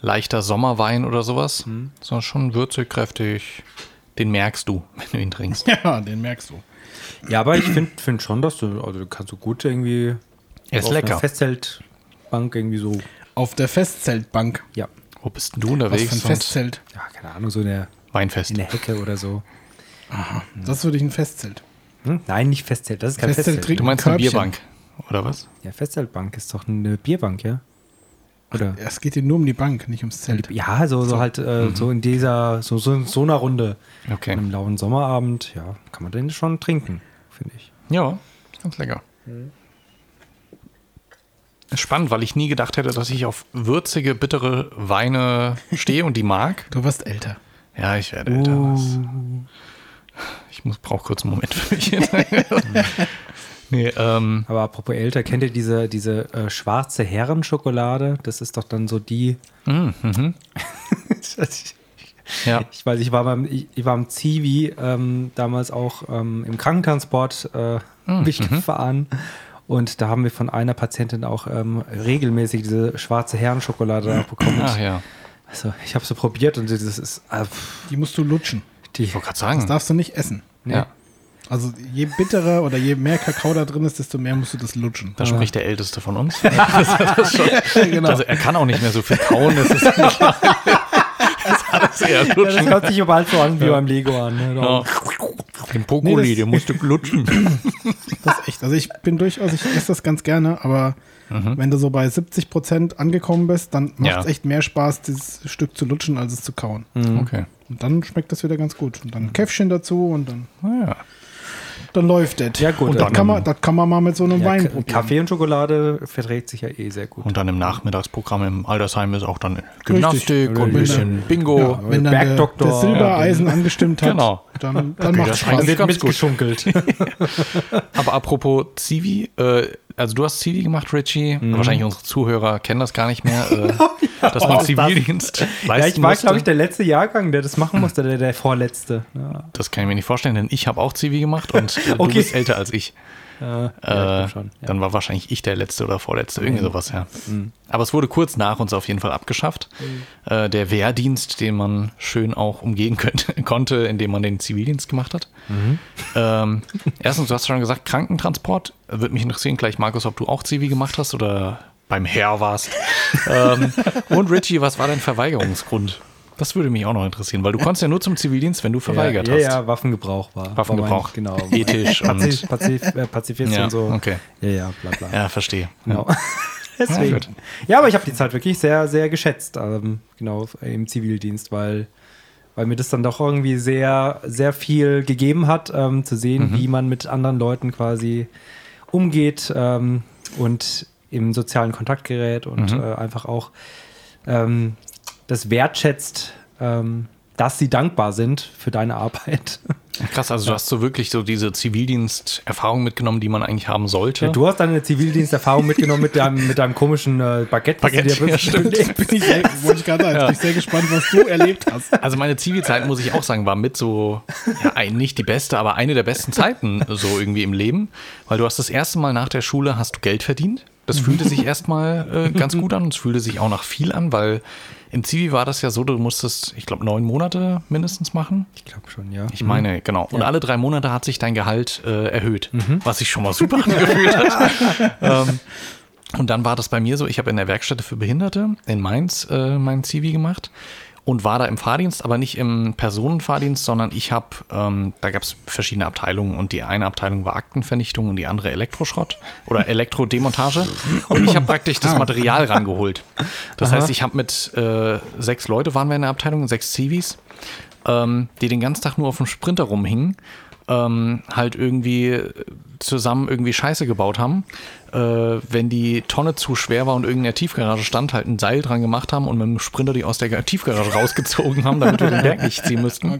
A: leichter Sommerwein oder sowas,
C: Mhm.
A: sondern schon würzig, kräftig. Den merkst du, wenn du ihn trinkst.
C: Ja, den merkst du.
B: Ja, aber ich finde find schon, dass du, also du kannst du gut irgendwie
A: Er ist
B: auf
A: lecker.
B: einer Festzeltbank irgendwie so,
C: Auf der Festzeltbank.
B: ja,
A: Wo bist denn du
C: Was für ein
A: unterwegs? sonst?
C: Festzelt?
B: ja, keine Ahnung, so in der,
A: Weinfest.
B: in der Hecke oder so.
C: Das würde ich ein Festzelt.
B: Hm? Nein, nicht Festzelt, das ist kein
C: Festzelt
B: Festzelt.
A: Du
C: trinken.
A: meinst eine
C: Körbchen.
A: Bierbank, oder was?
B: Ja, Festzeltbank ist doch eine Bierbank, ja? Oder?
C: Ja, Es geht dir nur um die Bank, nicht ums Zelt.
B: Ja, so, so halt äh,
A: Mhm.
B: so in dieser, so, so in so einer Runde.
A: Okay.
B: An einem lauen Sommerabend, ja, kann man den schon trinken, finde ich.
A: Ja, ganz lecker. Spannend, weil ich nie gedacht hätte, dass ich auf würzige, bittere Weine stehe und die mag.
C: Du wirst älter.
A: (laughs) Ja, ich werde älter. Das- Ich muss, brauche kurz einen Moment für mich. (laughs) nee, ähm,
B: Aber apropos älter, kennt ihr diese, diese äh, schwarze Herrenschokolade? Das ist doch dann so die.
A: Mhm. ja.
B: (laughs) Ich weiß, ich war beim, ich, ich war im Zivi ähm, damals auch ähm, im Krankentransport
A: Mhm.
B: äh, mich gefahren. Und da haben wir von einer Patientin auch ähm, regelmäßig diese schwarze Herrenschokolade bekommen.
A: Ach ja.
B: Also ich habe sie probiert und das ist äh, pff,
C: Die musst du lutschen.
B: die,
A: Ich wollte gerade
C: Das
A: sagen.
C: darfst du nicht essen.
A: Ja,
C: Also je bitterer oder je mehr Kakao da drin ist, desto mehr musst du das lutschen.
A: da spricht der Älteste von uns. Das hat das schon, also er kann auch nicht mehr so viel kauen. Das ist, das ist alles eher
B: Ja, (laughs) das
A: lutschen.
B: hört sich überall so an wie beim Lego an. Ne?
A: Ja. Den Brokkoli,
C: Nee, das-
A: den musst du lutschen.
C: Das ist echt. Also ich bin durchaus, ich esse das ganz gerne, aber wenn du so bei 70 Prozent angekommen bist, dann macht
A: Mhm. Ja. Mhm.
C: es echt mehr Spaß, dieses Stück zu lutschen, als es zu kauen.
A: Okay.
C: Und dann schmeckt das wieder ganz gut. Und dann ein Käffchen dazu und dann,
A: Naja.
C: dann läuft das.
B: Ja, gut,
C: Und das
B: dann-
C: kann, man, das kann man mal mit so einem
B: Ja,
C: Wein
B: K-
C: probieren.
B: Kaffee und Schokolade verträgt sich ja eh sehr gut.
A: Und dann im Nachmittagsprogramm im Altersheim ist auch dann Gymnastik und ein
C: Wenn
A: bisschen Bingo.
C: Ja, wenn dann der,
B: Bergdoktor.
C: das Silbereisen angestimmt hat,
A: Genau.
C: dann, dann
A: geht
C: macht
A: das
C: es Spaß.
A: eigentlich ganz gut.
B: mitgeschunkelt.
A: Aber apropos Zivi, äh, also du hast Zivi gemacht, Richie.
B: Mhm.
A: Wahrscheinlich unsere Zuhörer kennen das gar nicht mehr,
B: (laughs)
A: äh, (laughs) dass man
B: das-
A: Zivildienst
B: ja,
A: leisten
B: ich war, glaube ich,
A: musste.
B: der letzte Jahrgang, der das machen musste, der, der vorletzte. Ja,
A: Das kann ich mir nicht vorstellen, denn ich habe auch Zivi gemacht und äh, du
B: Okay.
A: bist älter als ich.
B: äh, ja,
A: Äh,
B: ich glaub schon. Ja. Mhm.
A: Dann war wahrscheinlich ich der Letzte oder Vorletzte, irgendwie sowas, ja. Aber es wurde kurz nach uns auf jeden Fall abgeschafft.
B: Mhm.
A: Äh, der Wehrdienst, den man schön auch umgehen könnte, (laughs) konnte, indem man den Zivildienst gemacht hat.
B: Mhm. (laughs)
A: Ähm, erstens, du hast schon gesagt, Krankentransport. Würde mich interessieren, gleich Markus, ob du auch Zivi gemacht hast oder beim Herr
B: (laughs)
A: warst. ähm, und Richie, was war dein Verweigerungsgrund? Das würde mich auch noch interessieren, weil du konntest ja nur zum Zivildienst, wenn du verweigert
B: ja,
A: hast.
B: Ja, ja, Waffengebrauch war.
A: Waffengebrauch.
B: War mein, genau.
A: Ethisch und-
B: Pazif, Pazif, äh, Pazifist
A: Ja,
B: und so.
A: okay.
B: Ja, ja, bla bla.
A: Ja, verstehe.
B: Genau. (laughs) Deswegen.
A: gut.
B: Ja, aber ich habe die Zeit wirklich sehr, sehr geschätzt, ähm, genau im Zivildienst, weil, weil mir das dann doch irgendwie sehr, sehr viel gegeben hat, ähm, zu
A: Mhm.
B: sehen, wie man mit anderen Leuten quasi umgeht ähm, und im sozialen Kontakt gerät und
A: Mhm.
B: äh, einfach auch ähm, das wertschätzt, ähm, dass sie dankbar sind für
A: (laughs)
B: deine Arbeit.
A: Krass, also du hast so wirklich so diese Zivildienst-Erfahrung mitgenommen, die man eigentlich haben sollte.
B: Du hast deine Zivildiensterfahrung mitgenommen mit deinem, mit deinem komischen äh, Baguette, was du
A: Baguette, ja, stimmt.
B: belegst.
C: Bin (laughs) ich sehr, wollte ich gerade sagen, bin ich sehr gespannt, was du erlebt hast.
A: also meine Zivilzeit, muss ich auch sagen, war mit so, ja, ein, nicht die beste, aber eine der besten Zeiten so irgendwie im Leben. Weil du hast das erste Mal nach der Schule, hast du Geld verdient. Das fühlte sich erstmal äh, ganz gut an und es fühlte sich auch nach viel an, weil im Zivi war das ja so, du musstest, ich glaube, neun Monate mindestens machen.
B: Ich glaube schon, ja.
A: Ich meine, genau. Und alle drei Monate hat sich dein Gehalt äh, erhöht, was sich schon mal super (laughs) angefühlt hat. ähm, und dann war das bei mir so, ich habe in der Werkstätte für Behinderte in Mainz äh, meinen Zivi gemacht und war da im Fahrdienst, aber nicht im Personenfahrdienst, sondern ich habe, ähm, da gab es verschiedene Abteilungen und die eine Abteilung war Aktenvernichtung und die andere Elektroschrott oder Elektrodemontage und ich habe praktisch das Material rangeholt. Das heißt, ich habe mit äh, sechs Leute waren wir in der Abteilung, sechs Zivis, ähm, die den ganzen Tag nur auf dem Sprinter rumhingen ähm, halt irgendwie zusammen irgendwie Scheiße gebaut haben. Äh, wenn die Tonne zu schwer war und irgendeine Tiefgarage stand, halt ein Seil dran gemacht haben und mit dem Sprinter die aus der Ga- Tiefgarage rausgezogen haben, damit wir den Berg nicht ziehen müssten.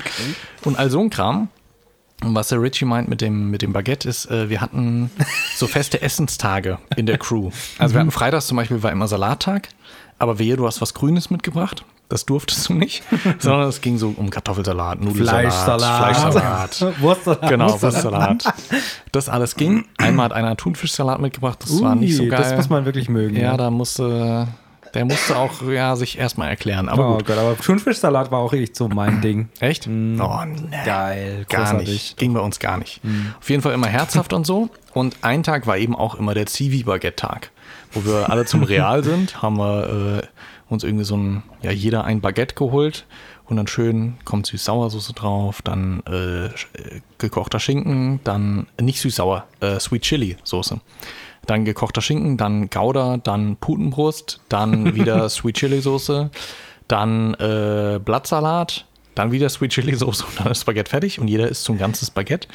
A: Und all so ein Kram. Und was der Richie meint mit dem, mit dem Baguette ist, äh, wir
B: (laughs)
A: hatten so feste Essenstage in der Crew. Also
B: Mhm.
A: wir hatten freitags zum Beispiel war immer Salattag, aber wehe, du hast was Grünes mitgebracht. Das durftest du
B: (laughs)
A: nicht, sondern es ging so um Kartoffelsalat, Nudelsalat,
B: Fleischsalat.
A: Fleischsalat
B: (laughs) Wurstsalat.
A: Genau, Wurstsalat. Das alles ging. Einmal hat einer einen Thunfischsalat mitgebracht, das war nicht so
B: Ui,
A: geil.
B: Das muss man wirklich mögen. ne?
A: ja, da musste, der musste auch ja, sich erstmal erklären. Aber
B: Oh
A: gut.
B: Gott, aber Thunfischsalat war auch richtig so
A: (laughs)
B: mein Ding.
A: Echt?
B: Mm.
A: Oh, nee.
B: Geil,
A: Gar
B: großartig.
A: nicht. Ging bei uns gar nicht. Auf jeden Fall immer herzhaft und so. Und ein Tag war eben auch immer der Zivi-Baguette-Tag, wo wir alle zum Real sind, haben wir äh, uns irgendwie so ein, ja, jeder ein Baguette geholt und dann schön kommt Süß-Sauersoße drauf, dann äh, sch- äh, gekochter Schinken, dann äh, nicht süß-sauer, äh, Sweet-Chili-Soße. Dann gekochter Schinken, dann Gouda, dann Putenbrust, dann wieder Sweet-Chili-Soße, dann äh, Blattsalat, dann wieder Sweet Chili Soße und dann ist Baguette fertig und jeder isst so ein ganzes Baguette.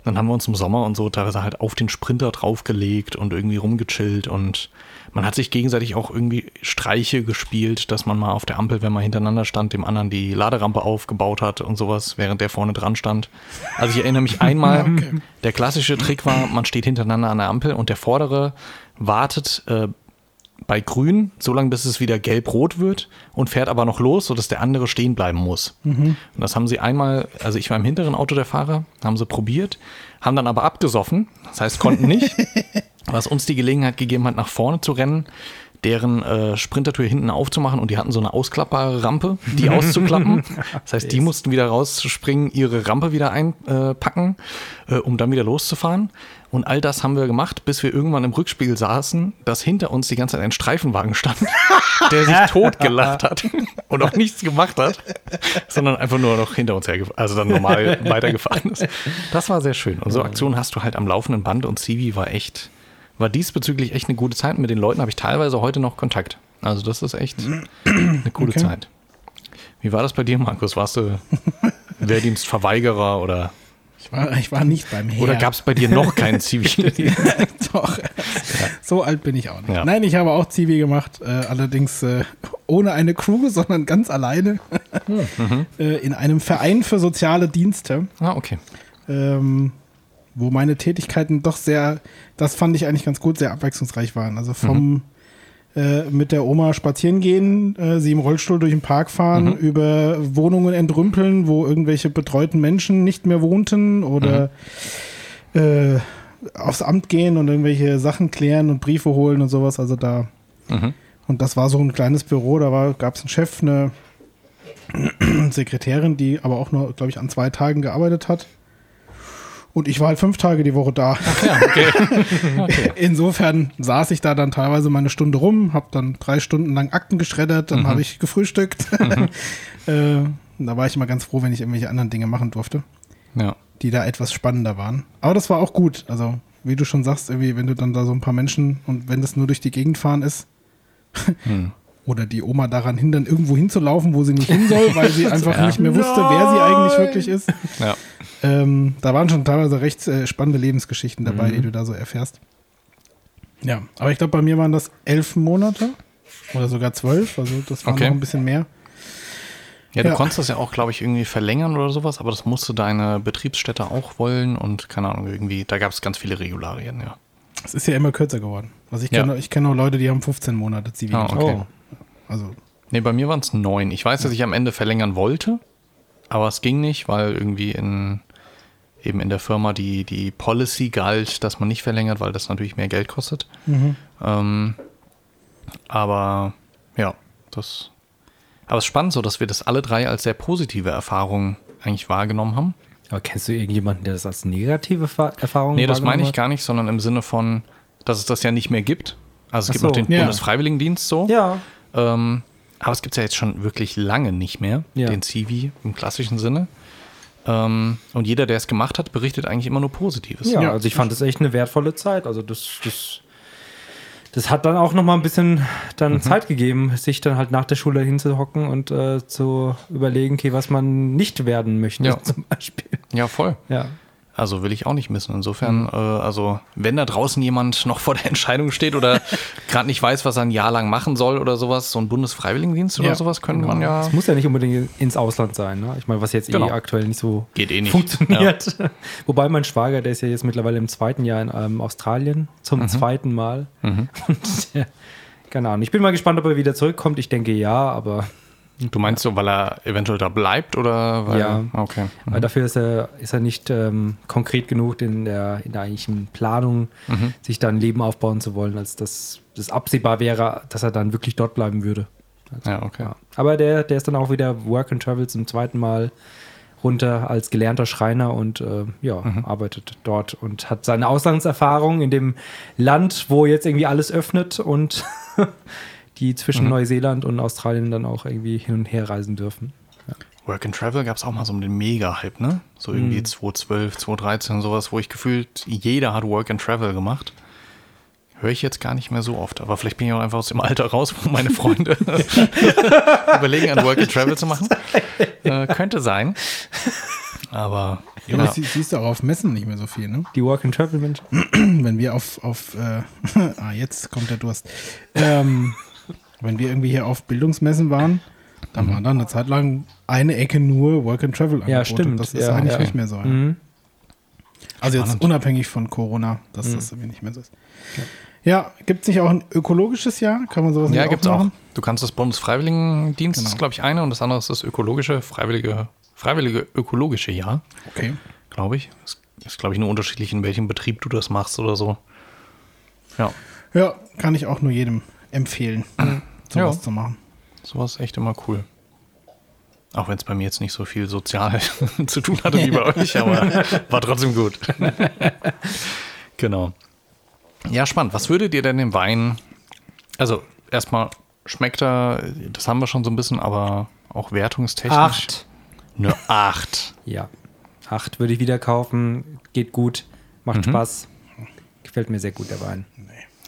A: Und dann haben wir uns im Sommer und so teilweise halt auf den Sprinter draufgelegt und irgendwie rumgechillt und man hat sich gegenseitig auch irgendwie Streiche gespielt, dass man mal auf der Ampel, wenn man hintereinander stand, dem anderen die Laderampe aufgebaut hat und sowas, während der vorne dran stand. Also ich erinnere mich einmal, der klassische Trick war, man steht hintereinander an der Ampel und der vordere wartet äh, bei grün, so lange bis es wieder gelb-rot wird und fährt aber noch los, sodass der andere stehen bleiben muss. Und das haben sie einmal, also ich war im hinteren Auto der Fahrer, haben sie probiert, haben dann aber abgesoffen, das heißt konnten nicht, was uns die Gelegenheit gegeben hat, nach vorne zu rennen, deren äh, Sprintertür hinten aufzumachen und die hatten so eine ausklappbare Rampe, die auszuklappen. Das heißt, die mussten wieder rausspringen, ihre Rampe wieder einpacken, äh, um dann wieder loszufahren. Und all das haben wir gemacht, bis wir irgendwann im Rückspiegel saßen, dass hinter uns die ganze Zeit ein Streifenwagen stand, der sich totgelacht hat (laughs) und auch nichts gemacht hat, sondern einfach nur noch hinter uns hergefahren, also dann (laughs) normal weitergefahren ist. Das war sehr schön. Und so Aktionen hast du halt am laufenden Band und Civi war echt, war diesbezüglich echt eine gute Zeit. Mit den Leuten habe ich teilweise heute noch Kontakt. Also das ist echt eine coole
C: Okay.
A: Zeit. Wie war das bei dir, Markus? Warst du Wehrdienstverweigerer oder,
C: Ich war, ich war nicht beim Heer.
A: oder gab es bei dir noch keinen (laughs) Zivi?
C: (laughs) Doch. So alt bin ich auch nicht.
A: Ja.
C: Nein, ich habe auch Zivi gemacht, äh, allerdings äh, ohne eine Crew, sondern ganz alleine (laughs) äh, in einem Verein für soziale Dienste,
A: ah, okay.
C: ähm, wo meine Tätigkeiten doch sehr, das fand ich eigentlich ganz gut, sehr abwechslungsreich waren. Also vom äh, mit der Oma spazieren gehen, äh, sie im Rollstuhl durch den Park fahren, über Wohnungen entrümpeln, wo irgendwelche betreuten Menschen nicht mehr wohnten oder äh, aufs Amt gehen und irgendwelche Sachen klären und Briefe holen und sowas. Also da.
A: Mhm.
C: Und das war so ein kleines Büro, da gab es einen Chef, eine (clears throat) Sekretärin, die aber auch nur, glaube ich, an zwei Tagen gearbeitet hat. Und ich war halt fünf Tage die Woche da. (laughs) Insofern saß ich da dann teilweise meine Stunde rum, habe dann drei Stunden lang Akten geschreddert, dann habe ich gefrühstückt. (laughs) äh, da war ich immer ganz froh, wenn ich irgendwelche anderen Dinge machen durfte
A: Ja.
C: die da etwas spannender waren. Aber das war auch gut. Also, wie du schon sagst, irgendwie, wenn du dann da so ein paar Menschen und wenn das nur durch die Gegend fahren ist, oder die Oma daran hindern, irgendwo hinzulaufen, wo sie nicht hin soll, weil sie einfach
A: Ja.
C: nicht mehr wusste, wer sie eigentlich wirklich ist.
A: ja.
C: Ähm, da waren schon teilweise recht äh, spannende Lebensgeschichten dabei,
B: Mhm.
C: die du da so erfährst. Ja, aber ich glaube, bei mir waren das elf Monate oder sogar zwölf, also das war
A: Okay.
C: noch ein bisschen mehr.
A: Ja, du
C: Ja.
A: konntest das ja auch, glaube ich, irgendwie verlängern oder sowas, aber das musste deine Betriebsstätte auch wollen und keine Ahnung, irgendwie, da gab es ganz viele Regularien, ja.
C: Es ist ja immer kürzer geworden. Also ich
A: Ja.
C: kenne ich kenne auch Leute, die haben 15 Monate Zivil.
A: Ah, okay.
C: Also
A: Nee, bei mir waren es neun. Ich weiß, dass ich am Ende verlängern wollte, aber es ging nicht, weil irgendwie in, eben in der Firma die, die Policy galt, dass man nicht verlängert, weil das natürlich mehr Geld kostet. Ähm, aber ja, das. Aber es ist spannend so, dass wir das alle drei als sehr positive Erfahrungen eigentlich wahrgenommen haben.
B: Aber kennst du irgendjemanden, der das als negative Fa- Erfahrung
A: Nee, das meine ich
B: wahrgenommen
A: gar nicht, sondern im Sinne von, dass es das ja nicht mehr gibt. Also es
B: Ach
A: gibt
B: so,
A: noch den
C: ja.
A: Bundesfreiwilligendienst so.
B: hat? Ja.
A: Ähm, aber es gibt ja jetzt schon wirklich lange nicht mehr,
B: Ja.
A: den Civi im klassischen Sinne. Ähm, und jeder, der es gemacht hat, berichtet eigentlich immer nur Positives.
B: Ja,
C: Ja.
B: also ich fand das echt eine wertvolle Zeit. Also das, das, das hat dann auch nochmal ein bisschen dann
A: Mhm.
B: Zeit gegeben, sich dann halt nach der Schule hinzuhocken und äh, zu überlegen, okay, was man nicht werden möchte
A: Ja.
B: (laughs) zum Beispiel.
A: Ja, voll.
B: Ja.
A: Also will ich auch nicht missen.
B: Mhm.
A: Insofern, äh, also wenn da draußen jemand noch vor der Entscheidung steht oder
B: (laughs)
A: gerade nicht weiß, was er ein Jahr lang machen soll oder sowas, so ein Bundesfreiwilligendienst oder
C: Ja,
A: sowas, könnte
B: genau.
A: man ja.
B: Es muss ja nicht unbedingt ins Ausland sein. Ne? Ich meine, was jetzt
A: Genau.
B: eh aktuell nicht so
A: Geht eh nicht.
B: funktioniert. (laughs) Wobei mein Schwager, der ist ja jetzt mittlerweile im zweiten Jahr in ähm, Australien, zum
A: Mhm.
B: zweiten Mal. (laughs) Und der, keine Ahnung. Ich bin mal gespannt, ob er wieder zurückkommt. Ich denke ja, aber
A: Du meinst so, weil er eventuell da bleibt oder weil.
B: Mhm.
A: Ah,
B: Ja.
A: Okay.
B: Aber äh, dafür ist er, ist er nicht ähm, konkret genug in der, in der eigentlichen Planung,
A: Mhm.
B: sich da ein Leben aufbauen zu wollen, als dass das absehbar wäre, dass er dann wirklich dort bleiben würde. Also
A: Ja, okay.
B: Ja. Aber der, der ist dann auch wieder Work and Travel zum zweiten Mal runter als gelernter Schreiner und äh, ja, arbeitet dort und hat seine Auslandserfahrung in dem Land, wo jetzt irgendwie alles öffnet und (laughs) die zwischen Neuseeland und Australien dann auch irgendwie hin und her reisen dürfen.
A: Work and Travel gab es auch mal so einen Mega-Hype, ne? So irgendwie
C: Mhm.
A: 2012, 2013, sowas, wo ich gefühlt, jeder hat Work and Travel gemacht. Höre ich jetzt gar nicht mehr so oft, aber vielleicht bin ich auch einfach aus dem Alter raus, wo meine
C: (laughs)
A: Freunde überlegen, an Work and Travel zu machen. Äh, könnte sein. Aber
C: Ja,
B: Genau.
C: aber
A: ja,
C: sie- siehst du auch auf Messen nicht mehr so viel, ne? (clears throat)
B: Die Work and Travel Menschen.
C: Wenn wir auf, auf äh, (laughs) ah, jetzt kommt der Durst. Ähm, wenn wir irgendwie hier auf Bildungsmessen waren, dann war da eine Zeit lang eine Ecke nur Work and Travel Angebote.
B: Mhm. Ja, stimmt.
C: Das ist
B: Ja,
C: eigentlich
B: ja.
C: nicht mehr so. ja.
B: Mhm.
C: Also jetzt
A: Spannend.
C: unabhängig von Corona, dass
A: Hm.
C: das irgendwie nicht mehr so ist. Ja, gibt es nicht auch ein ökologisches Jahr? Kann man sowas
A: ja
C: nicht
A: gibt's auch.
C: machen?
A: Du kannst das Bundesfreiwilligendienst,
C: Genau.
A: ist, glaube ich, eine, und das andere ist das ökologische, freiwillige, freiwillige ökologische Jahr,
C: Okay.
A: glaube ich. Ist, ist glaube ich, nur unterschiedlich, in welchem Betrieb du das machst oder so. Ja.
C: Ja, kann ich auch nur jedem empfehlen, sowas
A: Ja.
C: zu machen.
A: Sowas ist echt immer cool. Auch wenn es bei mir jetzt nicht so viel sozial (laughs) zu tun hatte wie
C: (laughs)
A: bei euch, aber war trotzdem gut. genau. Ja, spannend. Was würdet ihr denn dem Wein? Also, erstmal schmeckt er, das haben wir schon so ein bisschen, aber auch wertungstechnisch.
B: Acht.
A: Eine acht.
B: Ja. Acht würde ich wieder kaufen. Geht gut. Macht Spaß. Gefällt mir sehr gut der Wein.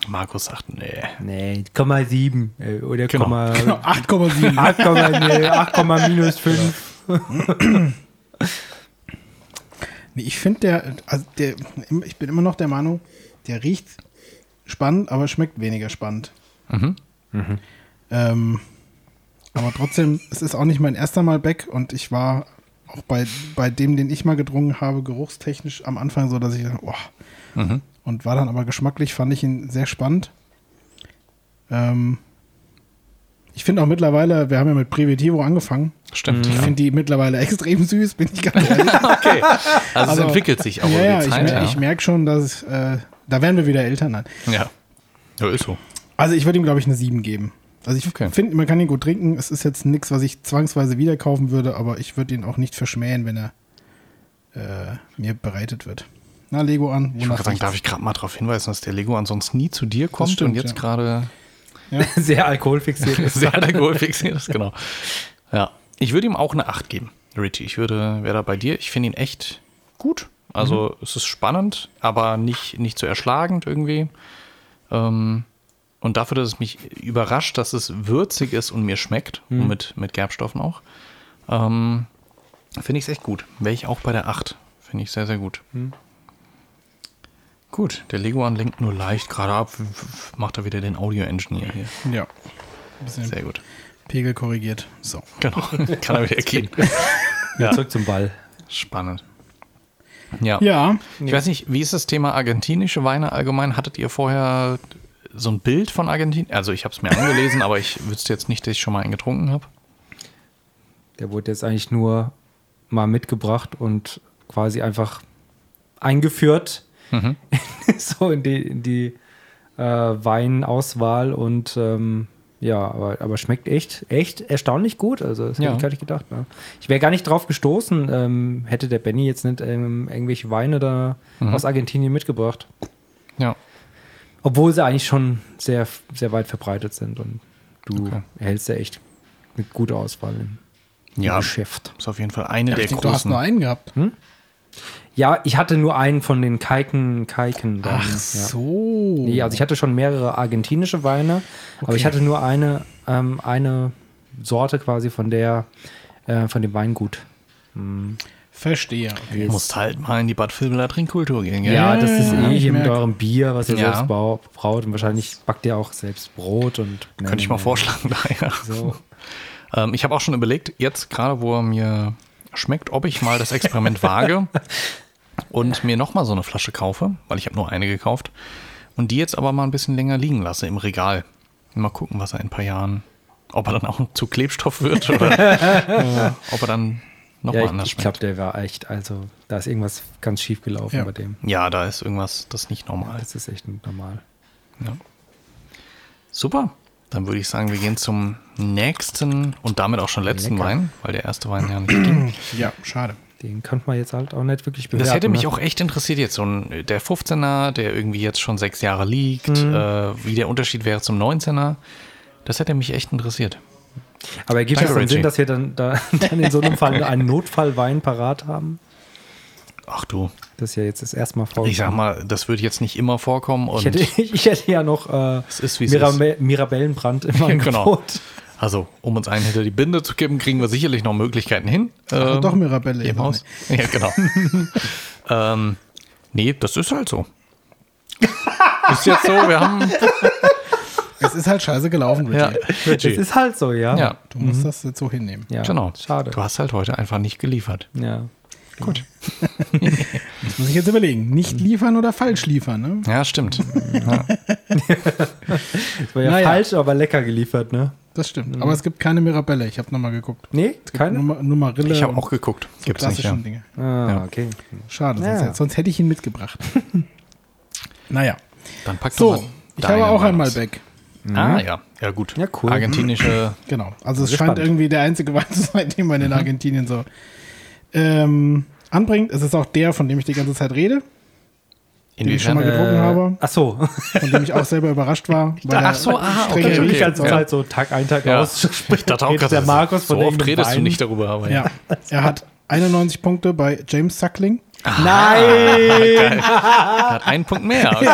A: Markus sagt, nee.
B: Nee, 0,7 äh, oder
A: Genau.
B: Komma-
C: Genau, 8,7.
B: 8, nee, 8, minus 5.
C: Nee, ich finde der, also der, ich bin immer noch der Meinung, der riecht spannend, aber schmeckt weniger spannend. Ähm, aber trotzdem, es ist auch nicht mein erster Mal Beck und ich war auch bei, bei dem, den ich mal gedrungen habe, geruchstechnisch am Anfang so, dass ich dachte, boah. Und war dann aber geschmacklich, fand ich ihn sehr spannend. Ähm, ich finde auch mittlerweile, wir haben ja mit Privativo angefangen.
A: Stimmt.
C: Ich
A: Ja.
C: (laughs) finde die mittlerweile extrem süß, bin ich ganz ehrlich.
A: Okay. Also, es
C: Also,
A: entwickelt sich auch
C: Ja,
A: über
C: ja,
A: die
C: ich,
A: Zeit.
C: mer- ich merke schon, dass es, äh, da werden wir wieder Eltern. Nein.
A: ja. ja. ja, ist so.
C: Also ich würde ihm, glaube ich, eine 7 geben. Also ich
A: Okay.
C: finde, man kann ihn gut trinken. Es ist jetzt nichts, was ich zwangsweise wieder kaufen würde, aber ich würde ihn auch nicht verschmähen, wenn er äh, mir bereitet wird. Na, Lego an.
A: Ich wollte
C: wonach
A: gerade sagen,
C: riecht's?
A: darf ich gerade mal darauf hinweisen, dass der Lego ansonsten nie zu dir kommt
C: stimmt,
A: und jetzt
C: ja.
A: gerade
B: Sehr alkoholfixiert
A: (laughs)
B: ist.
A: sehr alkohol fixiert ist, genau. Ja. Ich würde ihm auch eine 8 geben, Richie. Ich würde, wäre da bei dir. Ich finde ihn echt gut. Also es ist spannend, aber nicht, nicht so erschlagend irgendwie. Ähm, und dafür, dass es mich überrascht, dass es würzig ist und mir schmeckt, und mit, mit Gerbstoffen auch, ähm, finde ich es echt gut. Wäre ich auch bei der 8. Finde ich sehr, sehr gut. Gut, der Leguan lenkt nur leicht gerade ab, w- w- macht er wieder den Audio-Engineer hier.
C: Ja. Ein bisschen
A: Sehr gut.
C: Pegel korrigiert. So.
A: Genau, kann er wieder gehen.
B: Ja. Zurück zum Ball.
A: Spannend. Ja.
C: Ja,
A: ich weiß nicht, wie ist das Thema argentinische Weine allgemein? Hattet ihr vorher so ein Bild von Argentinien? Also ich habe es mir angelesen, aber ich wüsste jetzt nicht, dass ich schon mal einen getrunken habe.
B: Der wurde jetzt eigentlich nur mal mitgebracht und quasi einfach eingeführt. (laughs) so in die, in die äh, Weinauswahl und ähm, ja, aber, aber schmeckt echt, echt erstaunlich gut. Also, das
A: Ja.
B: hätte ich gar nicht gedacht. Ne? Ich wäre gar nicht drauf gestoßen, ähm, hätte der Benny jetzt nicht ähm, irgendwelche Weine da aus Argentinien mitgebracht.
A: Ja.
B: Obwohl sie eigentlich schon sehr, sehr weit verbreitet sind und du
A: Okay.
B: erhältst ja echt eine gute Auswahl im
A: Ja,
B: Geschäft.
A: ist auf jeden Fall eine der
C: Ich denk, du hast
A: großen. Hm?
C: nur einen gehabt.
B: Ja, ich hatte nur einen von den Kalken, Kalken. dann,
C: Ach
B: ja.
C: so.
B: Nee, also ich hatte schon mehrere argentinische Weine, aber ich hatte nur eine, ähm, eine Sorte quasi von der, äh, von dem Weingut.
C: Verstehe. Okay.
A: Du musst halt mal in die Bad Vilbela Trinkkultur gehen, gell?
B: Ja, das ist
C: ja,
B: eh
C: ich
B: hier mit
C: merk.
B: eurem Bier, was ihr
A: Ja.
B: selbst bau- braut und wahrscheinlich backt ihr auch selbst Brot und.
A: Könnte ich mal vorschlagen, (laughs) daher.
B: So.
A: (laughs) Ähm, ich habe auch schon überlegt, jetzt gerade, wo er mir schmeckt, ob ich mal das Experiment
B: (laughs)
A: wage und mir nochmal so eine Flasche kaufe, weil ich habe nur eine gekauft und die jetzt aber mal ein bisschen länger liegen lasse im Regal. Mal gucken, was er in ein paar Jahren, ob er dann auch zu Klebstoff wird
B: (laughs)
A: oder äh, ob er dann nochmal
B: Ja, ich,
A: anders
B: ich
A: schmeckt.
B: glaube, der war echt, also da ist irgendwas ganz schief gelaufen
C: Ja.
B: bei dem.
A: ja, da ist irgendwas, das ist nicht normal.
B: Das ist echt nicht normal.
A: Super. Dann würde ich sagen, wir gehen zum nächsten und damit auch schon letzten
B: Lecker.
A: Wein, weil der erste Wein ja nicht ging.
C: Ja, schade.
B: Den könnte man jetzt halt auch nicht wirklich bewerten.
A: Das hätte mich
B: ne?
A: auch echt interessiert jetzt. So ein, der 15er, der irgendwie jetzt schon sechs Jahre liegt, äh, wie der Unterschied wäre zum 19er. Das hätte mich echt interessiert.
B: Aber ergibt es
A: Danke,
B: dann Sinn,
A: Reggie.
B: dass wir dann, da, (laughs) dann in so einem
A: (laughs)
B: Fall einen Notfallwein parat haben?
A: Ach du,
B: Das ist ja jetzt das erste Mal vorgekommen.
A: ich sag mal, das wird jetzt nicht immer vorkommen. Und
B: Ich hätte, (laughs) ich hätte ja noch äh,
A: ist, wie es
B: Mirabe
A: (laughs)
B: Mirabellenbrand im Angebot.
A: genau. Also, um uns einen hinter die Binde zu kippen, kriegen wir sicherlich noch Möglichkeiten hin. Ähm,
C: doch Mirabelle
A: Im
C: eben
A: Haus. (laughs) Ja, genau. ähm, nee, das ist halt so. ist jetzt so, wir haben.
C: Es ist halt
A: (laughs)
C: scheiße gelaufen,
A: Ja, Mhm.
C: Richie.
B: Das ist halt so, ja.
A: ja,
C: Du musst das jetzt so hinnehmen.
B: Ja,
A: genau.
B: Schade.
A: Du hast halt heute einfach nicht geliefert.
B: Ja.
A: Gut.
C: Das muss ich jetzt überlegen. Nicht
A: Mhm.
C: liefern oder falsch liefern, ne?
A: Ja, stimmt. ja.
B: Das war ja
C: Naja.
B: falsch, aber lecker geliefert, ne?
C: Das
A: Mhm.
C: stimmt. Aber es gibt keine Mirabelle. Ich habe nochmal geguckt.
B: Nee, keine?
C: Nur, nur Marille.
A: Ich habe
C: und
A: auch geguckt. Gibt's nicht.
C: Ähm,
A: Ja.
C: klassischen Dinge.
B: Ah,
A: Mhm. Ja.
B: okay.
C: Schade,
B: Ja.
C: sonst, sonst hätte ich
A: (laughs)
C: ihn mitgebracht. naja.
A: Dann pack doch
C: So,
A: mal
C: ich
A: deine
C: habe auch
A: Meinung
C: einmal
A: aus.
C: Beck.
A: Ah, ja. Ja, gut.
B: Ja, cool.
A: Argentinische.
C: Genau. Also es
B: Bin
C: scheint
B: gespannt.
C: irgendwie der einzige (laughs) Wein zu sein, den man in
A: Mhm.
C: Argentinien so ähm, anbringt. Es ist auch der, von dem ich die ganze Zeit rede, den ich schon mal
A: Inwiefern?
C: getrunken habe,
B: Äh, Ach so. (laughs)
C: von dem ich auch selber
A: (laughs)
C: überrascht war. weil
A: dachte-
C: er
A: ach so, ah,
C: streng
A: okay,
B: Ich
C: riecht.
B: die ganze
A: ja.
B: Zeit halt so Tag ein, Tag
A: Ja.
B: (laughs) aus. Spricht
A: Das auch
B: redet der
A: gerade
B: Markus von
A: so oft
B: irgendeinem
A: redest du
B: Wein.
A: nicht darüber, aber ja.
C: Ja, er hat 91 Punkte bei James Suckling.
B: Nein!
A: Er Hat einen Punkt mehr. also.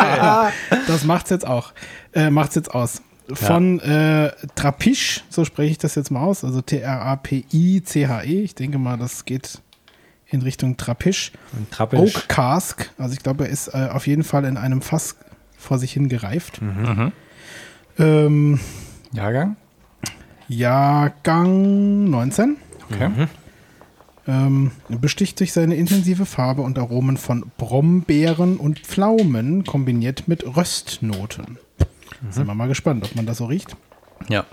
A: Okay.
C: Das macht's jetzt auch. Äh, macht's jetzt aus. Von äh, Trapiche, so spreche ich das jetzt mal aus, also T-R-A-P-I-C-H-E. E. Ich denke mal, das geht in Richtung Trapiche.
A: Ah.
B: Ein Trappisch.
C: Oak Cask, also ich glaube, er ist äh, auf jeden Fall in einem Fass vor sich hin gereift. Ähm,
A: Jahrgang?
C: Jahrgang 19.
A: Okay.
C: Ähm, besticht durch seine intensive Farbe und Aromen von Brombeeren und Pflaumen kombiniert mit Röstnoten. Sind wir mal gespannt, ob man das so riecht.
A: Ja.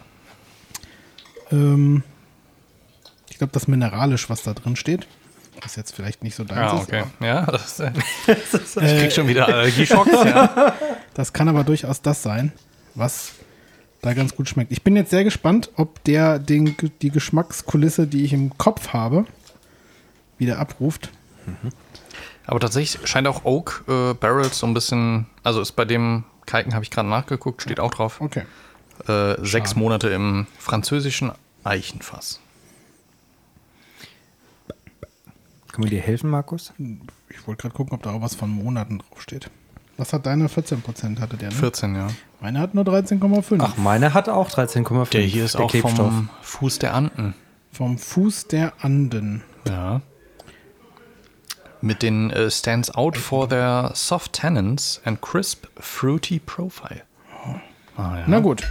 C: Ähm, ich glaube, das Mineralisch, was da drin steht, ist jetzt vielleicht nicht so deins.
A: Ja,
C: ist,
A: Ah, okay.
C: aber
A: Ja, das, äh, ich krieg schon wieder Allergieschocks. ja.
C: Das kann aber durchaus das sein, was da ganz gut schmeckt. Ich bin jetzt sehr gespannt, ob der den, die Geschmackskulisse, die ich im Kopf habe, wieder abruft.
A: Aber tatsächlich scheint auch Oak äh, Barrels so ein bisschen. Also ist bei dem Kalken, habe ich gerade nachgeguckt, steht auch drauf.
C: Okay.
A: Äh, sechs Monate im französischen Eichenfass.
B: Können wir dir helfen, Markus?
C: Ich wollte gerade gucken, ob da auch was von Monaten draufsteht. Was hat deine 14% hatte der? Ne?
A: 14, ja.
C: Meine hat nur 13,5.
B: Ach, meiner hat auch 13,5.
A: Der hier ist auch
B: Klebstoff.
A: vom Fuß der Anden.
C: Vom Fuß der Anden.
A: Ja. Mit den äh, Stands out for their soft tannins and crisp fruity profile. Ah, ja.
C: Na gut.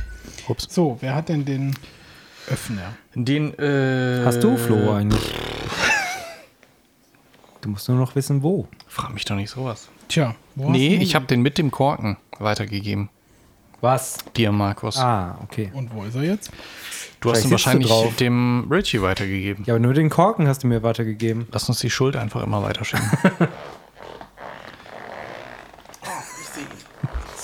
A: Ups.
C: So, wer hat denn den Öffner?
A: Den, äh,
B: Hast du, Flo, eigentlich? Du musst nur noch wissen, wo.
A: Frag mich doch nicht sowas.
C: Tja, wo
A: nee,
C: hast du
A: ich habe den mit dem Korken weitergegeben.
B: Was?
A: Dir, Markus.
B: Ah, okay.
C: Und wo ist er jetzt?
A: du hast ihn
B: vielleicht sitzt du
A: wahrscheinlich
B: drauf.
A: dem Richie weitergegeben.
B: Ja, aber nur den Korken hast du mir weitergegeben.
A: Lass uns die Schuld einfach immer weiterschicken.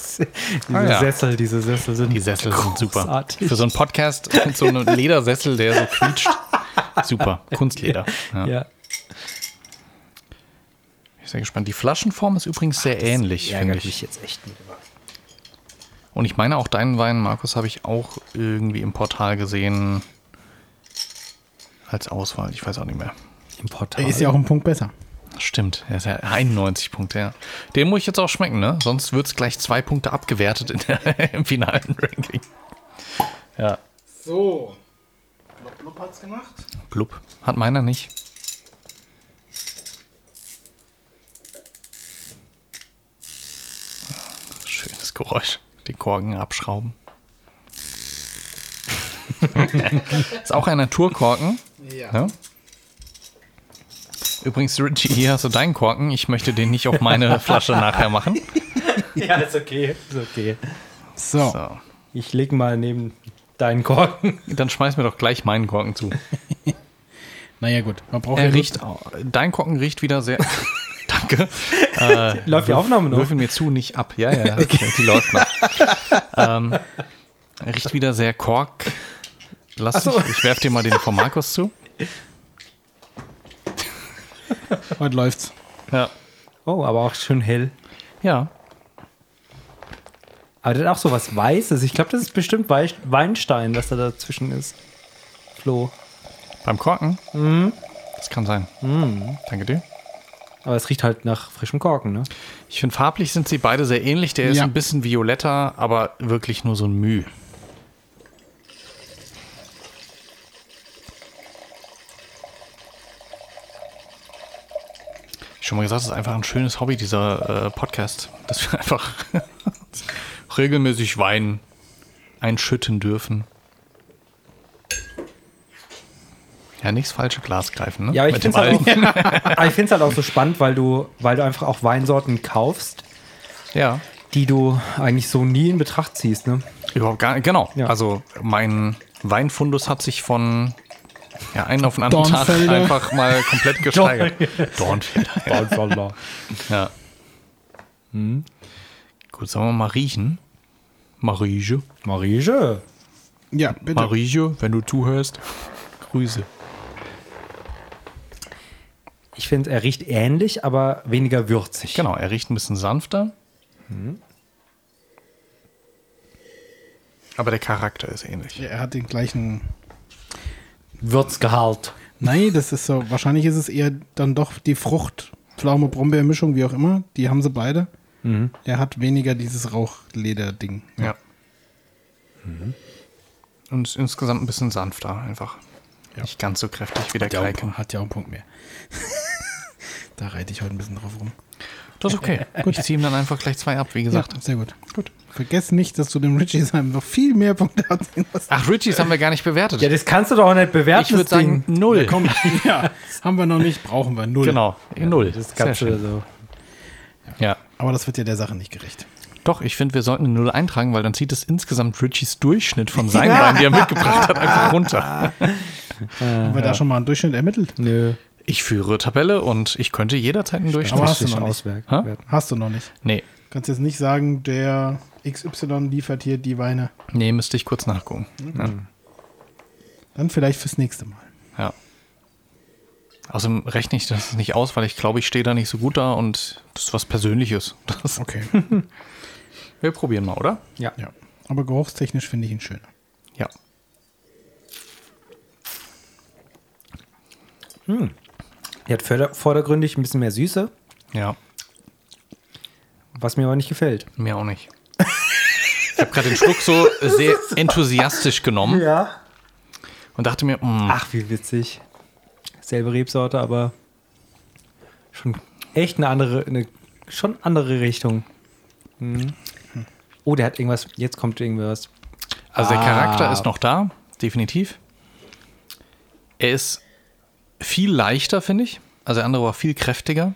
B: diese
A: Ah, ja.
B: Sessel, diese Sessel sind
A: Die Sessel sind super.
B: großartig.
A: Für so einen Podcast mit so einem Ledersessel, der so quietscht. Super, Kunstleder. Ja.
B: Ja.
A: Ich bin sehr gespannt. Die Flaschenform ist übrigens sehr ähnlich, finde
B: ärgert
A: ich.
B: mich jetzt echt.
A: Und ich meine, auch deinen Wein, Markus, habe ich auch irgendwie im Portal gesehen. Als Auswahl, ich weiß auch nicht mehr.
B: Im Portal.
C: Er ist ja auch ein Punkt besser.
A: Stimmt, er ist ja 91 Punkte, ja. Den muss ich jetzt auch schmecken, ne? Sonst wird es gleich zwei Punkte abgewertet in der, (laughs) im finalen Ranking. Ja,
C: So. Blub, blub hat's gemacht.
A: blub. Hat meiner nicht. Schönes Geräusch. Den Korken abschrauben. (laughs) ist auch ein Naturkorken. Ja. Übrigens, Richie, hier hast du deinen Korken. Ich möchte den nicht auf (laughs) meine Flasche nachher machen.
B: (laughs) ja, ist okay. Ist okay.
C: So.
A: So.
B: Ich leg mal neben deinen Korken. (laughs)
A: Dann schmeiß mir doch gleich meinen Korken zu.
C: Naja, gut. Man braucht ja
A: Er
C: nur-
A: riecht, au- dein Korken riecht wieder (laughs) sehr. Danke.
B: Läuft die Aufnahme noch?
A: Würfel mir zu, nicht ab. Ja,
B: (laughs)
A: ja, ja. die läuft noch. ähm, riecht wieder sehr Kork. Lass mich, ich werf dir mal den von Markus zu.
C: Heute läuft's.
A: Ja.
B: Oh, aber auch schön hell.
A: Ja.
B: Aber der hat auch so was Weißes. Ich glaube, das ist bestimmt Wei- Weinstein, was da dazwischen ist. Flo.
A: Beim Korken?
B: Mhm.
A: Das kann sein. Danke dir.
B: Aber es riecht halt nach frischem Korken, ne?
A: Ich finde, farblich sind sie beide sehr ähnlich. Der ist
C: Ja.
A: ein bisschen violetter, aber wirklich nur so ein Müh. Ich schon mal gesagt, es ist einfach ein schönes Hobby, dieser äh, Podcast, dass wir (laughs) einfach regelmäßig Wein einschütten dürfen. Ja, nichts falsche Glas greifen, ne?
B: Ja, aber ich
A: Mit dem
B: finde es
A: alten.
B: halt, auch- (laughs) aber ich find's halt auch so spannend, weil du, weil du einfach auch Weinsorten kaufst,
A: Ja.
B: die du eigentlich so nie in Betracht ziehst, ne?
A: Überhaupt gar genau.
B: Ja.
A: Also mein Weinfundus hat sich von ja, einen auf den anderen Tag
C: Dornfelder.
A: einfach mal komplett gesteigert. Dornfelder. Ja. ja. Hm. Gut, sagen wir mal riechen. Marige.
B: Marige.
C: Ja, bitte.
A: Marige, wenn du zuhörst. Grüße.
B: Ich finde, er riecht ähnlich, aber weniger würzig.
A: Genau, er riecht ein bisschen sanfter. Aber der Charakter ist ähnlich.
C: Er hat den gleichen.
B: Würzgehalt.
C: Nein, das ist so. Wahrscheinlich ist es eher dann doch die Frucht, Pflaume, Brombeermischung, wie auch immer. Die haben sie beide. Er hat weniger dieses Rauchleder-Ding.
A: Ja. Mhm. Und ist insgesamt ein bisschen sanfter einfach. Nicht ganz so kräftig wie der Kalken.
C: Hat ja auch einen Punkt mehr. (laughs) da reite ich heute ein bisschen drauf rum.
A: Das ist okay. Gut, (laughs) ich ziehe ihm dann einfach gleich zwei ab, wie gesagt.
C: Ja, sehr gut. Gut. Vergesst nicht, dass du dem Richie seinem noch viel mehr Punkte (laughs) abziehen musst.
A: Ach, Richies haben wir gar nicht bewertet.
B: Ja, das kannst du doch nicht bewerten.
A: ich würde
B: das Ding.
A: sagen, null.
C: Komm, ja, haben wir noch nicht, brauchen wir null.
A: Genau, null.
B: das
A: Sehr
B: kannst du
A: schön.
B: so.
A: Ja.
C: Aber das wird ja der Sache nicht gerecht.
A: Doch, ich finde, wir sollten eine Null eintragen, weil dann zieht es insgesamt Richies Durchschnitt von seinen Weinen, die er mitgebracht hat, einfach runter.
C: haben wir da schon mal einen Durchschnitt ermittelt?
B: Nö.
A: Ich führe Tabelle und ich könnte jederzeit einen Durchschnitt.
C: Aber hast du
B: Richtig
C: noch nicht.
B: auswerten.
A: Hä?
B: werden.
C: Hast du noch nicht.
A: Nee,
C: Kannst jetzt nicht sagen, der XY liefert hier die Weine.
A: nee, müsste ich kurz nachgucken.
C: Dann vielleicht fürs nächste Mal.
A: Ja. Außerdem rechne ich das nicht aus, weil ich glaube, ich stehe da nicht so gut da und das ist was Persönliches. (laughs) Das,
C: Okay.
A: wir probieren mal, oder?
B: Ja.
C: ja. Aber geruchstechnisch finde ich ihn schöner.
A: Ja.
B: Er hat vorder- vordergründig ein bisschen mehr Süße,
A: Ja,
B: was mir aber nicht gefällt.
A: mir auch nicht. Ich habe gerade den Schluck (laughs) so sehr enthusiastisch genommen
B: Ja.
A: und dachte mir, mm, mh,
B: Ach, wie witzig. Selbe Rebsorte, aber schon echt eine andere, eine schon andere Richtung. Mhm. Oh, der hat irgendwas, jetzt kommt irgendwas.
A: also der Charakter ist noch da, definitiv. Er ist viel leichter, finde ich. Also der andere war viel kräftiger.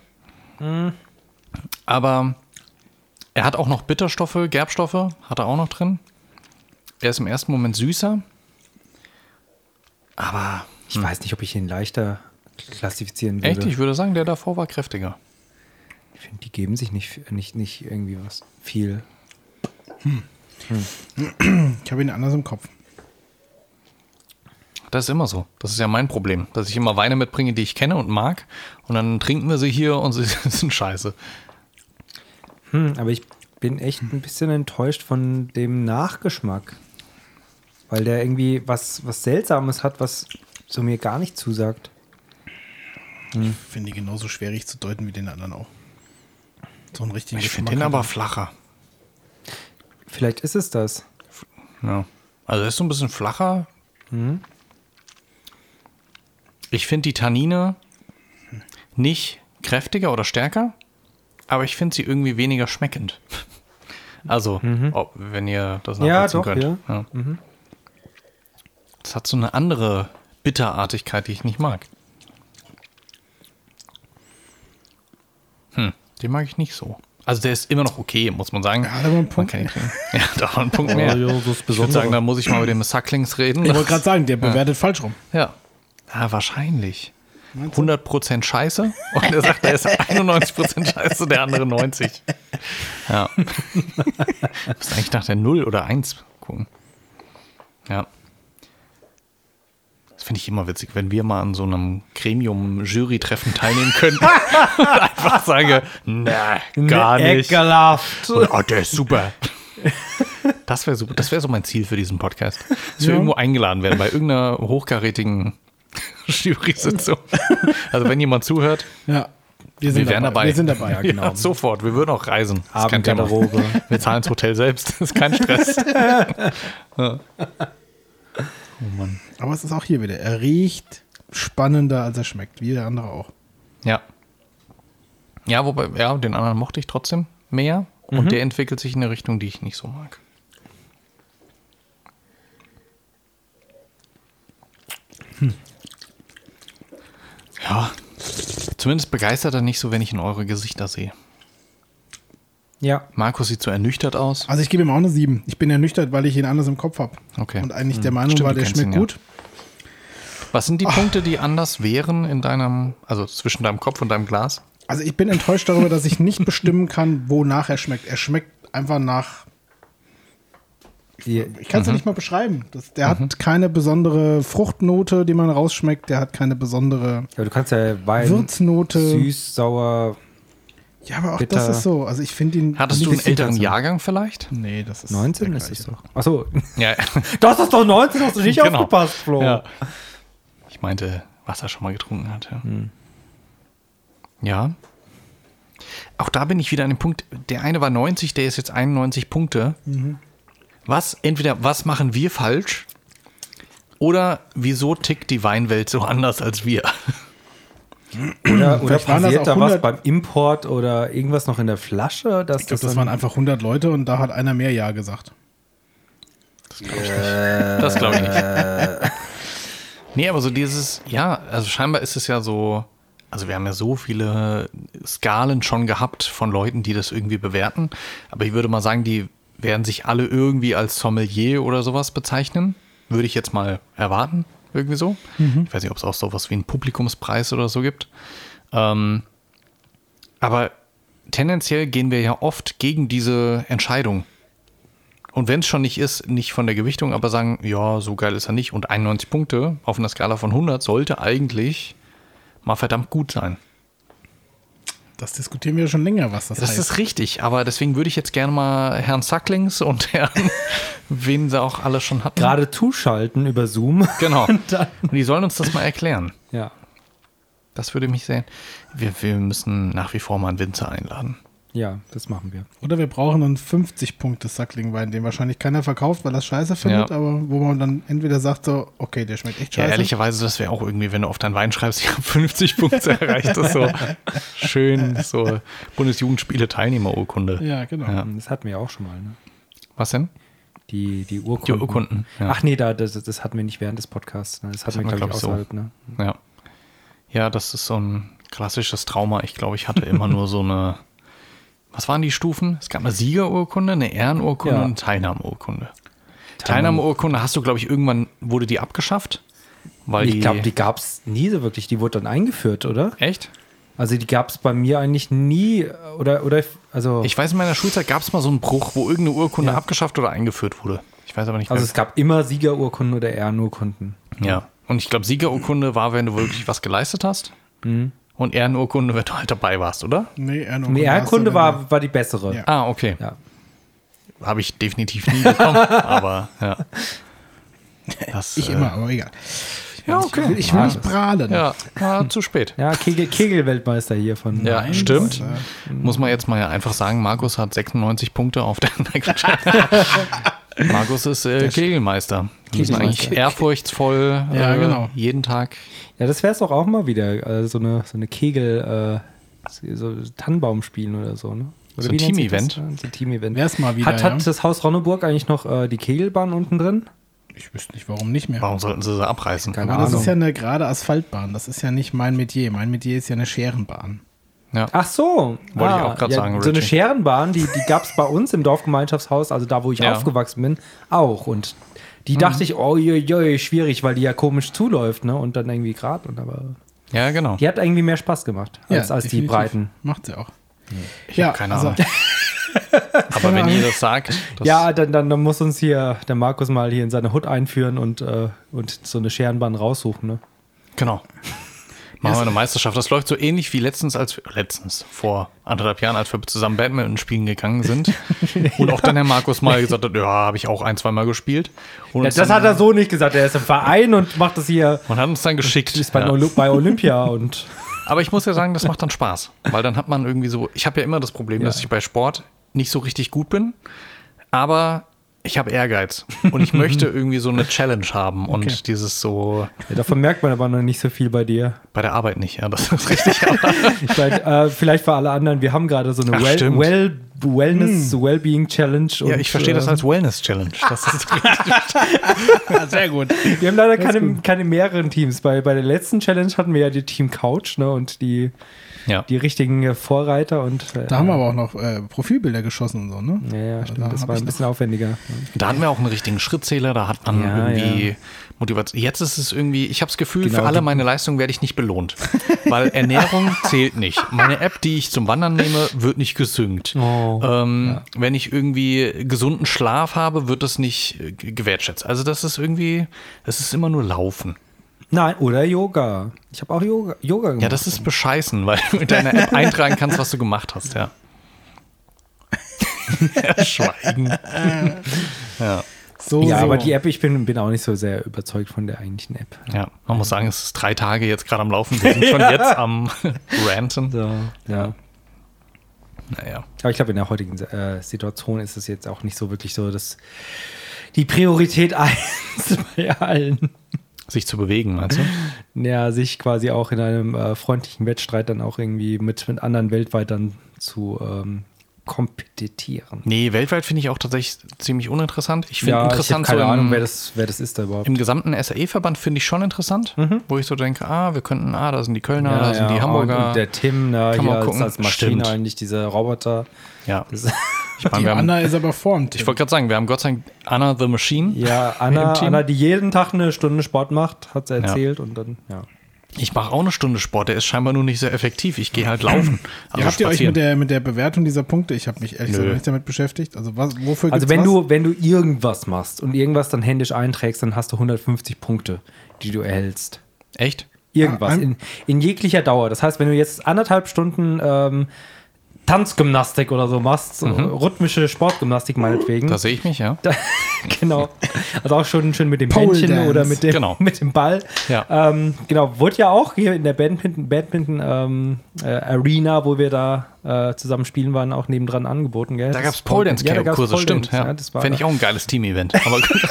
A: Mhm. Aber er hat auch noch Bitterstoffe, Gerbstoffe, hat er auch noch drin. Er ist im ersten Moment süßer. Aber hm.
B: Ich weiß nicht, ob ich ihn leichter klassifizieren würde.
A: echt, ich würde sagen, der davor war kräftiger.
B: Ich finde, die geben sich nicht, nicht, nicht irgendwie was viel.
C: Ich habe ihn anders im Kopf.
A: Das ist immer so. Das ist ja mein Problem, dass ich immer Weine mitbringe, die ich kenne und mag. Und dann trinken wir sie hier und sie (laughs) sind scheiße.
B: Hm, aber ich bin echt ein bisschen enttäuscht von dem Nachgeschmack. Weil der irgendwie was, was Seltsames hat, was so mir gar nicht zusagt.
C: Finde ich genauso schwierig zu deuten wie den anderen auch. So einen richtigen
A: Ich finde
C: Geschmack
A: den
C: hat er.
A: aber flacher.
B: Vielleicht ist es das.
A: Ja. Also er ist so ein bisschen flacher. Ich finde die Tannine nicht kräftiger oder stärker, aber ich finde sie irgendwie weniger schmeckend. Also, ob, wenn ihr das
B: Ja,
A: nachvollziehen
B: doch,
A: könnt.
B: ja.
A: Das hat so eine andere Bitterartigkeit, die ich nicht mag. Hm, den mag ich nicht so. Also der ist immer noch okay, muss man sagen.
C: Ja, hat aber einen Punkt
A: man kann ihn trinken. (laughs) Ja, da war ein Punkt mehr.
B: Ja, das ist
A: ich würde
B: Besondere.
A: sagen, da muss ich mal mit dem Sucklings reden.
C: Ich wollte gerade sagen, der bewertet falsch rum.
A: Ja. Ah, wahrscheinlich. 100% Scheiße und er sagt,
C: (laughs)
A: er ist 91% Scheiße, der andere 90. Ja. Muss eigentlich nach der 0 oder 1 gucken. Ja. Das finde ich immer witzig, wenn wir mal an so einem Gremium-Jury-Treffen teilnehmen
C: (laughs)
A: könnten und einfach sage, na, gar
C: äh,
A: nicht.
B: Ekelhaft.
A: Oder, oh, der ist super. (laughs) Das wäre super. Das wäre so mein Ziel für diesen Podcast. Dass wir irgendwo eingeladen werden bei irgendeiner hochkarätigen Jury-Sitzung. Also wenn jemand zuhört,
C: Ja. Wir
A: wir wären dabei.
C: Wir sind dabei. genau.
A: Ja, genau. (laughs) sofort. Wir würden auch reisen. Das ist kein Thema.
B: Abendgarderobe.
A: Wir zahlen das Hotel selbst. Das ist kein Stress.
C: Oh Aber es ist auch hier wieder. Er riecht spannender, als er schmeckt, wie der andere auch.
A: Ja. Ja, wobei, ja, den anderen mochte ich trotzdem mehr. Und der entwickelt sich in eine Richtung, die ich nicht so mag. Ja. Zumindest begeistert er nicht so, wenn ich in eure Gesichter sehe.
B: Ja.
A: Markus sieht so ernüchtert aus.
C: Also ich gebe ihm auch eine 7. Ich bin ernüchtert, weil ich ihn anders im Kopf habe.
A: Okay. Hm.
C: Und eigentlich der Meinung
A: Stimmt,
C: war,
A: du
C: der
A: kennst
C: schmeckt
A: ihn, ja.
C: gut.
A: Was sind die Punkte, die anders wären in deinem, also zwischen deinem Kopf und deinem Glas?
C: Also ich bin enttäuscht darüber, dass ich nicht bestimmen kann, wonach er schmeckt. Er schmeckt einfach nach.
B: Die,
C: Ich kann es ja
A: Mhm.
C: nicht mal beschreiben. Das, der hat keine besondere Fruchtnote, die man rausschmeckt. Der hat keine besondere
B: aber du kannst ja Wein
C: Würznote.
B: süß, sauer.
C: Ja, aber auch
B: bitter.
C: das ist so. Also ich finde ihn.
A: Hattest du
C: nicht
A: einen älteren
C: so-
A: Jahrgang vielleicht?
C: Nee, das ist.
B: 19
C: der
B: ist es
C: gleiche.
B: doch. Achso.
A: Ja.
B: (laughs) Das ist doch 19, hast du nicht aufgepasst, Flo.
A: Genau. Ja. Ich meinte, was er schon mal getrunken hat. Ja. ja. Auch da bin ich wieder an dem Punkt, der eine war 90, der ist jetzt 91 Punkte. Was, entweder, was machen wir falsch? Oder wieso tickt die Weinwelt so anders als wir?
B: Oder, oder
C: Vielleicht waren das auch
B: passiert da was
C: 100
B: beim Import oder irgendwas noch in der Flasche? Dass
C: Ich glaube,
B: das
C: das waren einfach 100 Leute und da hat einer mehr Ja gesagt.
A: Das glaube ich nicht. (laughs) Nee, aber so dieses, ja, also scheinbar ist es ja so, also wir haben ja so viele Skalen schon gehabt von Leuten, die das irgendwie bewerten. Aber ich würde mal sagen, die werden sich alle irgendwie als Sommelier oder sowas bezeichnen. Würde ich jetzt mal erwarten, irgendwie so. Ich weiß nicht, ob es auch sowas wie einen Publikumspreis oder so gibt. Ähm, aber tendenziell gehen wir ja oft gegen diese Entscheidung. Und wenn es schon nicht ist, nicht von der Gewichtung, aber sagen, ja, so geil ist er nicht. Und 91 Punkte auf einer Skala von 100 sollte eigentlich mal verdammt gut sein.
C: Das diskutieren wir schon länger, was das,
A: Das
C: heißt.
A: ist richtig, aber deswegen würde ich jetzt gerne mal Herrn Sucklings und (laughs) Herrn, wen sie auch alle schon hatten.
B: gerade zuschalten über
C: (laughs)
B: Zoom.
A: Genau. Und die sollen uns das mal erklären.
B: ja.
A: Das würde mich sehr. Wir, wir müssen nach wie vor mal einen Winzer einladen.
B: Ja, das machen wir.
C: Oder wir brauchen einen 50-Punkte-Sucklingwein, den wahrscheinlich keiner verkauft, weil das scheiße findet,
A: Ja.
C: aber wo man dann entweder sagt so, okay, der schmeckt echt
A: Ja,
C: scheiße.
A: ehrlicherweise, das wäre auch irgendwie, wenn du auf deinen Wein schreibst, (laughs) ich habe 50 Punkte erreicht. Das ist
C: (laughs)
A: so schön, so Bundesjugendspiele-Teilnehmerurkunde.
C: Ja, genau.
A: Ja.
B: Das hatten wir ja auch schon mal. Ne?
A: Was denn?
B: Die, die Urkunden.
A: Die Urkunden, ja.
B: Ach nee, da, das, das hatten wir nicht während des Podcasts. Ne? Das hatten wir, glaube ich,
A: glaub ich,
B: außerhalb. Ne?
A: Ja. Ja, das ist so ein klassisches Trauma. Ich glaube, ich hatte immer nur so
B: (laughs)
A: eine. Was waren die Stufen? Es gab eine Siegerurkunde, eine Ehrenurkunde
B: Ja.
A: und eine Teilnahmeurkunde. Teilnahmeurkunde hast du, glaube ich, irgendwann wurde die abgeschafft. Weil E.
B: Ich glaube, die gab es nie so wirklich. Die wurde dann eingeführt, oder?
A: Echt?
B: Also die gab es bei mir eigentlich nie äh, oder oder also
A: Ich weiß, in meiner Schulzeit gab es mal so einen Bruch, wo irgendeine Urkunde
B: Ja.
A: abgeschafft oder eingeführt wurde. Ich weiß aber nicht.
B: also
A: mehr.
B: es gab immer Siegerurkunden oder Ehrenurkunden.
A: ja. Und ich glaube, Siegerurkunde war, wenn du wirklich was geleistet hast.
B: Mhm.
A: Und Ehrenurkunde, wenn du halt dabei warst, oder?
B: Die
C: Nee, Ehrenurkunde.
B: Ehrenkunde
C: hast du,
B: war, war die bessere.
C: Ja.
A: Ah, okay.
B: Ja.
A: Habe ich definitiv nie bekommen, (laughs) aber ja. Das,
C: wenn du- Ich
A: äh,
C: immer, aber egal.
A: Ja,
C: Ich
A: okay.
C: will, ich will nicht prahlen.
A: Ja, war zu spät.
B: Ja, Kegel, Kegelweltmeister hier von.
A: Ja, äh,
C: Nein,
A: stimmt.
C: Leute.
A: Muss man jetzt mal ja einfach sagen, Markus hat 96 Punkte auf der Nein, Quatsch. (laughs) Markus ist äh, Kegelmeister. Wir müssen eigentlich ehrfurchtsvoll
C: Ja,
A: äh,
C: genau.
A: jeden Tag.
B: Ja, das wär's doch auch mal wieder. Also so eine, so eine Kegel, äh, so Tannenbaum spielen oder so, ne? Oder
A: So ein
B: wie nennt sich das?
A: Team-Event.
B: Ja, So ein Team-Event.
C: Wär's mal wieder,
B: Hat,
C: ja.
B: hat das Haus Ronneburg eigentlich noch äh, die Kegelbahn unten drin?
C: Ich wüsste nicht, warum nicht mehr.
A: Warum sollten sie sie abreißen?
B: Keine
C: Aber das
B: Ahnung.
C: ist ja eine gerade Asphaltbahn. Das ist ja nicht mein Metier. Mein Metier ist ja eine Scherenbahn.
A: Ja.
B: Ach so. Ah,
A: Wollte ich auch grad sagen,
B: So eine
A: Richie.
B: Scherenbahn, die, die gab's bei uns im Dorfgemeinschaftshaus, also da, wo ich
A: Ja. Hm.
B: aufgewachsen bin, auch. Und die dachte ich, oh, joi, joi, schwierig, weil die ja komisch zuläuft, ne? Und dann irgendwie gerade. Und aber
A: ja, genau.
B: die hat irgendwie mehr Spaß gemacht als, als die
C: definitiv.
B: Breiten.
C: Macht sie auch. also, Ich
A: hab keine Ahnung. Aber wenn ihr das (laughs) sagt, das
B: Ja, dann, dann, dann muss uns hier der Markus mal hier in seine Hut einführen und, äh, und so eine Scherenbahn raussuchen. Ne?
A: Genau. Machen wir eine Meisterschaft. Das läuft so ähnlich wie letztens, als wir, letztens, vor anderthalb Jahren, als wir zusammen Badminton spielen gegangen
B: (laughs)
A: sind. Und auch dann Herr Markus mal gesagt hat, ja, habe ich auch ein, zweimal gespielt. Und,
B: Ja,
A: uns
B: das
A: dann,
B: hat er so nicht gesagt. Er ist im Verein und macht das hier
A: und hat uns dann geschickt.
B: ist bei,
A: ja.
B: Olymp- bei Olympia. und
A: Aber ich muss ja sagen, das macht dann Spaß. Weil dann hat man irgendwie so, ich habe ja immer das Problem, dass ich bei Sport nicht so richtig gut bin, aber ich habe Ehrgeiz. Und ich möchte
B: (laughs)
A: irgendwie so eine Challenge haben und dieses so
B: ja, davon merkt man aber noch nicht so viel bei dir.
A: bei der Arbeit nicht. Ja, das ist
B: (laughs)
A: richtig.
B: Ich weiß, äh, vielleicht für alle anderen, wir haben gerade so eine
A: Ach,
B: well,
A: stimmt. Hm.
B: well, Wellness, Wellbeing Challenge. ähm,
A: Ja, ich verstehe
B: äh,
A: das als Wellness-Challenge. Das
B: (laughs)
A: ist
C: (laughs) sehr gut.
B: Wir haben leider keine, keine mehreren Teams. Bei, bei der letzten Challenge hatten wir ja die Team Couch ne, und die,
A: ja.
B: die richtigen äh, Vorreiter. Und, äh,
C: Da haben wir aber auch noch äh, Profilbilder geschossen und so, ne?
B: ja, ja, stimmt,
C: da
B: das
C: hab
B: war
C: ich
B: ein bisschen aufwendiger. ne?
A: Da hatten wir auch einen richtigen Schrittzähler, da hat man
B: Ja,
A: irgendwie Motivation. Jetzt ist es irgendwie, ich habe das Gefühl,
B: Genau,
A: für alle
B: die-
A: meine Leistungen werde ich nicht belohnt. (laughs) weil Ernährung zählt nicht. Meine App, die ich zum Wandern nehme, wird nicht gesynkt.
B: Oh,
A: ähm, Wenn ich irgendwie gesunden Schlaf habe, wird das nicht äh, ge- gewertschätzt. Also das ist irgendwie, das ist immer nur Laufen.
B: Nein, oder Yoga. Ich habe auch Yoga, Yoga gemacht.
A: Ja, das ist bescheißen, weil du in deiner
B: (laughs)
A: App eintragen kannst, was du gemacht hast, ja. (laughs) Schweigen. Ja.
C: So,
B: ja,
C: so.
B: aber die App, ich bin, bin auch nicht so sehr überzeugt von der eigentlichen App.
A: Ja, man muss sagen, es ist drei Tage jetzt gerade am Laufen. Wir sind
B: (laughs)
A: schon jetzt am Ranten.
B: So, ja.
A: Naja.
B: Aber ich glaube, in der heutigen äh, Situation ist es jetzt auch nicht so wirklich so, dass die Priorität (laughs) eins bei allen.
A: Sich zu bewegen, meinst du?
B: Ja, sich quasi auch in einem äh, freundlichen Wettstreit dann auch irgendwie mit, mit anderen weltweit dann zu ähm, kompetitieren.
A: Nee, weltweit finde ich auch tatsächlich ziemlich uninteressant. Ich finde
B: Ja, ich habe
A: interessant
B: keine
A: so im,
B: Ahnung, wer das, wer das ist da überhaupt.
A: im gesamten SAE-Verband finde ich schon interessant, wo ich so denke, ah, wir könnten, ah, da sind die Kölner,
B: Mhm. Ja,
A: da sind die
B: ja,
A: Hamburger.
B: Und der Tim, na,
A: Kann man
B: hier als,
A: gucken.
B: als Maschine
A: Stimmt.
B: eigentlich, dieser
A: (laughs)
B: Roboter.
A: ja,
B: Das ist-
A: ich meine,
C: Die
A: wir haben,
C: Anna ist aber vorm Tisch.
A: ich wollte gerade sagen, wir haben Gott sei Dank Anna the Machine.
B: Ja, Anna,
A: Im Team.
B: Anna, die jeden Tag eine Stunde Sport macht, hat sie erzählt und dann, ja.
A: Ich mache auch eine Stunde Sport, der ist scheinbar nur nicht sehr effektiv. Ich gehe halt laufen. Also
C: Ja, habt ihr euch
A: spazieren.
C: mit der, mit der Bewertung dieser Punkte? Ich habe mich ehrlich gesagt
A: Nö.
C: noch nicht damit beschäftigt. Also was, wofür
B: Also
C: gibt's
B: wenn
C: was?
B: du, wenn du irgendwas machst und irgendwas dann händisch einträgst, dann hast du 150 Punkte, die du erhältst.
A: Echt?
B: Irgendwas.
C: Ah, ein-
B: in, in jeglicher Dauer. Das heißt, wenn du jetzt anderthalb Stunden ähm, Tanzgymnastik oder so machst,
A: Mhm.
B: so rhythmische Sportgymnastik meinetwegen.
A: Da sehe ich mich, ja.
B: da- (laughs) genau. Also auch schon, schon mit dem
C: Pole
B: Händchen
C: Dance.
B: oder mit dem,
A: Genau.
B: mit dem Ball.
A: Ja.
B: Ähm, genau, wurde ja auch hier in der Badminton, Badminton ähm, äh, Arena, wo wir da äh, zusammen spielen waren, auch nebendran angeboten. Gell?
A: Da
B: Das
A: gab es
B: Pole-
A: Pole Dance
B: Ja, da gab's
A: Kurse,
B: Pole
A: stimmt.
B: Dance,
A: Ja.
B: ja, das war-
A: Fände ich auch ein geiles Team-Event.
B: (laughs)
A: Aber gut.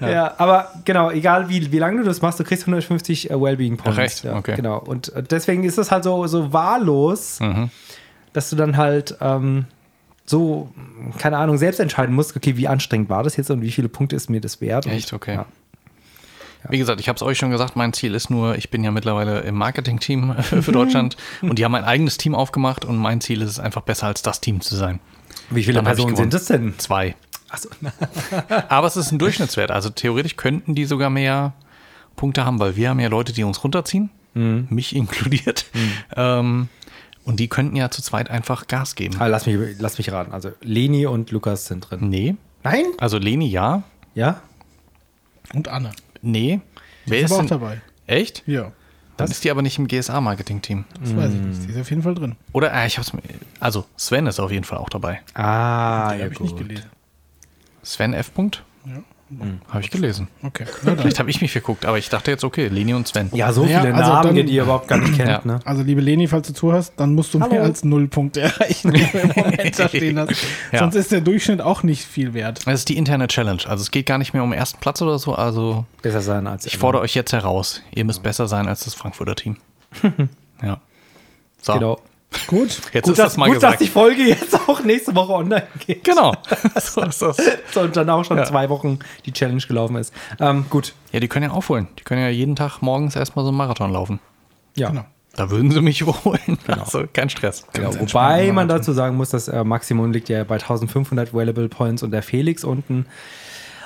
B: Ja. aber genau, egal wie, wie lange du das machst, du kriegst 150 äh, Wellbeing Points.
A: Ach, echt?
B: Ja,
A: Okay.
B: Genau. Und äh, deswegen ist das halt so, so wahllos,
A: Mhm.
B: dass du dann halt ähm, so, keine Ahnung, selbst entscheiden musst, okay, wie anstrengend war das jetzt und wie viele Punkte ist mir das wert?
A: Echt,
B: Und,
A: okay.
B: Ja.
A: Wie gesagt, ich habe es euch schon gesagt, mein Ziel ist nur, ich bin ja mittlerweile im Marketing-Team (laughs) für Deutschland
C: Mhm.
A: und die haben ein eigenes Team aufgemacht und mein Ziel ist es einfach besser als das Team zu sein.
B: Wie viele
A: Dann hab ich
B: Personen
A: gewonnen.
B: sind das denn?
A: Zwei.
B: Achso,
A: Aber es ist ein Durchschnittswert. Also theoretisch könnten die sogar mehr Punkte haben, weil wir haben ja Leute, die uns runterziehen
C: Mhm.
A: mich inkludiert. Ähm, und die könnten ja zu zweit einfach Gas geben.
B: (laughs) Ah, lass, mich, lass mich raten. Also Leni und Lukas sind drin.
A: Nee.
B: Nein?
A: Also Leni ja.
B: Ja?
C: Und Anne.
A: Nee. Wer
C: Ist
A: ist
C: aber auch
A: denn?
C: dabei.
A: Echt?
C: Ja,
A: Dann ist die aber nicht im GSA-Marketing-Team.
C: das weiß ich
B: Hm.
C: nicht. Die ist auf jeden Fall drin.
A: Oder, ah, ich hab's mir. Also, Sven ist auf jeden Fall auch dabei.
B: Ah,
C: Die
B: ja
C: habe ich nicht
B: gut.
C: gelesen.
A: Sven F. Punkt?
C: Ja.
A: Habe ich gelesen.
C: Okay. (laughs) Na dann.
A: Vielleicht habe ich mich verguckt, aber ich dachte jetzt, okay, Leni und Sven.
B: Ja, so
C: Naja,
B: viele
C: also
B: Namen,
C: dann-
B: die ihr überhaupt
A: (clears throat)
B: gar nicht kennt,
A: Ja.
B: ne?
C: Also, liebe Leni, falls du zuhörst, dann musst du mehr
B: Hallo.
C: als null Punkte (laughs) erreichen, wenn du
B: (laughs)
C: im Moment da stehen hast.
A: Ja.
C: Sonst ist der Durchschnitt auch nicht viel wert.
A: Das ist die interne Challenge. Also es geht gar nicht mehr um ersten Platz oder so. Also
B: Besser sein als
A: ich fordere euch jetzt heraus. Ihr müsst besser sein als das Frankfurter (laughs) Team. ja. So,
B: Genau.
C: Gut.
A: jetzt
B: Gut,
A: ist das
B: dass,
A: mal
B: gut dass
A: gesagt.
B: die Folge jetzt auch nächste Woche online
A: (laughs)
B: geht.
A: genau. so ist das.
B: Und dann auch schon
A: Ja.
B: zwei Wochen die Challenge gelaufen ist. Ähm, gut.
A: Ja, die können ja aufholen. Die können ja jeden Tag morgens erstmal so einen Marathon laufen.
B: Ja.
C: Genau.
A: Da würden sie mich (laughs) überholen. Also kein Stress.
B: Ja, wobei man dazu sagen muss, das äh, Maximum liegt ja bei 1500 Valuable Points und der Felix unten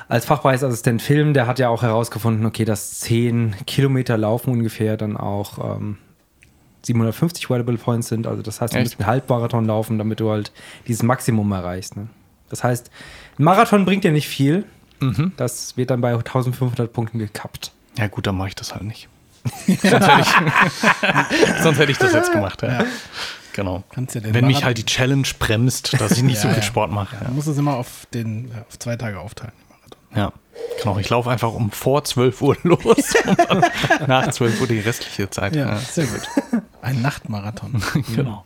B: als Fachpreisassistent Film, der hat ja auch herausgefunden, okay, dass 10 Kilometer Laufen ungefähr dann auch ähm, 750 Valuable Points sind. Also das heißt, du
A: Echt?
B: musst einen Halbmarathon laufen, damit du halt dieses Maximum erreichst. Ne? Das heißt, ein Marathon bringt dir nicht viel.
A: Mhm.
B: Das wird dann bei 1500 Punkten gekappt.
A: Ja gut, dann mache ich das halt
C: (laughs)
A: nicht. sonst, hätte ich, (laughs) sonst hätte ich das jetzt gemacht. Ja. Genau.
C: Kannst ja den
A: Wenn mich
C: Marathon-
A: halt die Challenge bremst, dass ich nicht so
C: Ja,
A: viel
C: ja.
A: Sport mache.
C: Man muss es immer auf, den, äh, auf zwei Tage aufteilen. den Marathon.
A: Ja, genau. Ich laufe einfach um vor 12 Uhr (laughs) los und dann nach 12 Uhr die restliche Zeit.
C: Ja,
A: Ja.
C: sehr gut.
B: (laughs)
C: Ein Nachtmarathon.
A: (laughs) Genau.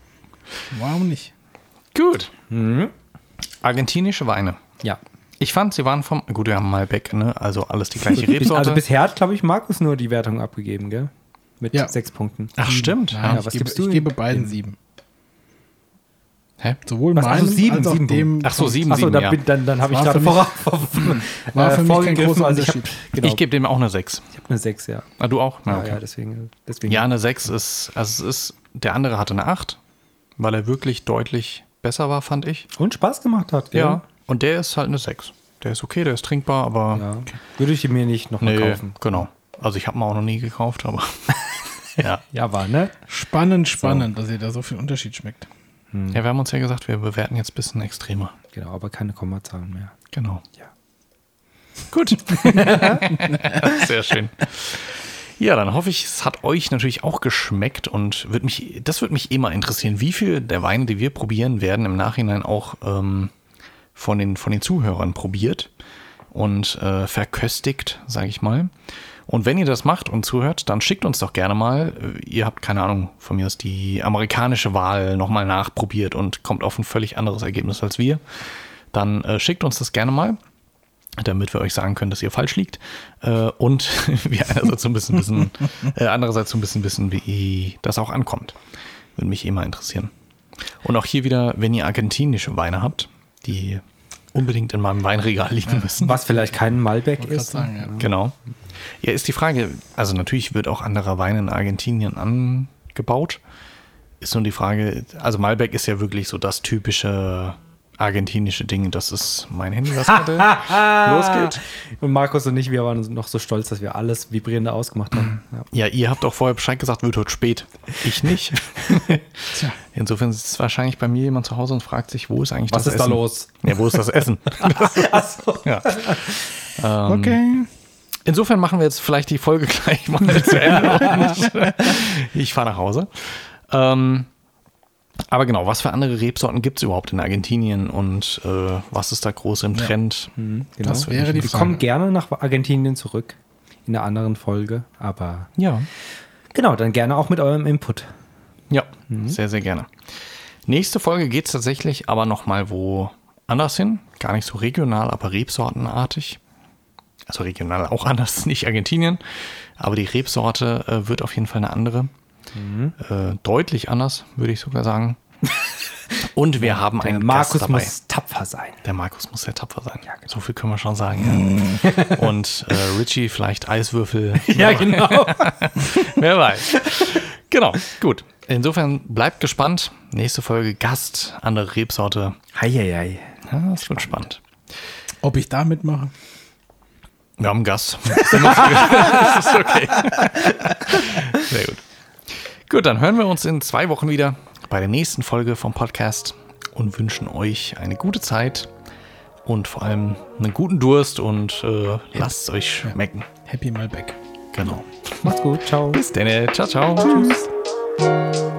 C: Warum nicht?
A: Gut. Mhm. Argentinische Weine.
B: Ja.
A: Ich fand, sie waren vom. Gut, wir haben Malbec, ne? Also alles die
C: (laughs)
A: gleiche Rebsorte.
B: Also bisher hat, glaube ich, Markus nur die Wertung abgegeben, gell? Mit
C: Ja.
B: sechs Punkten.
A: Ach, stimmt.
C: Nein,
A: ja.
B: was
C: ich, gebe,
B: gibst du
C: ich
B: ihm?
C: gebe beiden sieben.
A: Hä?
C: Sowohl
B: Was, also
C: meinem
B: sieben,
C: als auch
B: sieben
C: dem.
A: Ach so, sieben,
B: Achso,
A: sieben,
B: dann,
A: ja.
B: bin- dann, dann habe ich
C: war
B: gerade
C: für mich-
B: vor, (laughs)
C: war für mich kein großer
B: Ich
C: Unterschied.
B: habe genau,
A: Ich gebe dem auch eine 6.
B: ich hab eine 6, ja.
A: Ah, du auch? Na,
B: Ja,
A: okay.
B: ja, deswegen. deswegen.
A: Ja, eine 6 ist, also es ist, der andere hatte eine 8, weil er wirklich deutlich besser war, fand ich.
B: Und Spaß gemacht hat, gell?
A: Und der ist halt eine 6. Der ist okay, der ist trinkbar, aber
B: ja. Würde ich mir nicht nochmal
A: nee,
B: kaufen.
A: genau. Also ich habe ihn auch noch nie gekauft,
B: (laughs)
A: aber (laughs) ja.
B: Ja, war, ne?
C: Spannend, spannend, dass ihr da so viel Unterschied schmeckt.
B: Hm.
A: ja. Wir haben uns ja gesagt, wir bewerten jetzt ein bisschen extremer.
B: Genau, aber keine Kommazahlen mehr.
A: Genau.
B: Ja.
A: Gut. (laughs) Sehr schön. Ja, dann hoffe ich, es hat euch natürlich auch geschmeckt und wird mich, das würde mich immer interessieren, wie viel der Weine, die wir probieren, werden im Nachhinein auch ähm, von, den, von den Zuhörern probiert und äh, verköstigt, sage ich mal. Und wenn ihr das macht und zuhört, dann schickt uns doch gerne mal, äh, ihr habt keine Ahnung, von mir ist die amerikanische Wahl nochmal nachprobiert und kommt auf ein völlig anderes Ergebnis als wir, dann äh, schickt uns das gerne mal damit wir euch sagen können, dass ihr falsch liegt. Äh, und (laughs) wir einerseits so ein bisschen wissen, äh, andererseits so ein bisschen wissen, wie das auch ankommt. Würde mich eh mal interessieren. Und auch hier wieder, wenn ihr argentinische Weine habt, die unbedingt in meinem Weinregal liegen müssen.
B: Was vielleicht kein Malbec
C: Wollte grad
B: ist.
C: sagen, ja.
A: Genau. Ja, ist die Frage, also natürlich wird auch anderer Wein in Argentinien angebaut. Ist nur die Frage, also Malbec ist ja wirklich so das typische argentinische Ding, das ist mein Handy,
B: (laughs)
A: was gerade
B: Ah,
A: losgeht.
B: Und Markus und ich, wir waren noch so stolz, dass wir alles Vibrierende ausgemacht haben. Ja.
A: Ja, ihr habt auch vorher Bescheid gesagt, wird heute spät. Ich
B: (laughs)
A: nicht.
C: Tja.
A: Insofern sitzt wahrscheinlich bei mir jemand zu Hause und fragt sich, wo ist eigentlich
B: Was
A: das
B: ist da
A: Essen?
B: los?
A: Ja, wo ist das
B: (laughs)
A: Essen?
B: Achso.
A: ja. Ähm,
C: Okay.
A: Insofern machen wir jetzt vielleicht die Folge (laughs) gleich mal zu Ende. und ich fahre nach Hause. Ähm, aber genau, was für andere Rebsorten gibt es überhaupt in Argentinien und äh, was ist da groß im Trend?
B: Genau.
C: Das wäre die
B: Wir kommen
C: Frage.
B: gerne nach Argentinien zurück in einer anderen Folge, aber
A: Ja.
B: genau, dann gerne auch mit eurem Input.
A: Ja,
B: Mhm.
A: sehr, sehr gerne. Nächste Folge geht es tatsächlich aber nochmal wo anders hin. Gar nicht so regional, aber rebsortenartig. Also regional auch anders, (laughs) nicht Argentinien. Aber die Rebsorte äh, wird auf jeden Fall eine andere.
B: Mhm.
A: Äh, deutlich anders, würde ich sogar
B: (laughs)
A: sagen. Und wir haben
B: Der
A: einen
B: Äh, Markus
A: Gast dabei.
B: muss tapfer sein.
A: Der Markus muss sehr tapfer sein.
B: Ja, genau.
A: So viel können wir schon sagen.
B: (laughs)
A: Ja. Und äh, Richie vielleicht Eiswürfel.
B: Ja, (laughs) genau.
A: Wer weiß. Genau, gut. Insofern bleibt gespannt. Nächste Folge Gast, andere Rebsorte.
B: Heieiei.
A: Ja, es wird spannend.
C: Ob ich da mitmache?
A: (laughs) Wir haben einen Gast. das ist okay. Sehr gut. Gut, dann hören wir uns in zwei Wochen wieder bei der nächsten Folge vom Podcast und wünschen euch eine gute Zeit und vor allem einen guten Durst und äh, lasst es euch schmecken.
C: Happy Malbec.
A: Genau.
B: Macht's gut. Ciao.
A: Bis dann. Ciao, ciao.
C: Tschüss.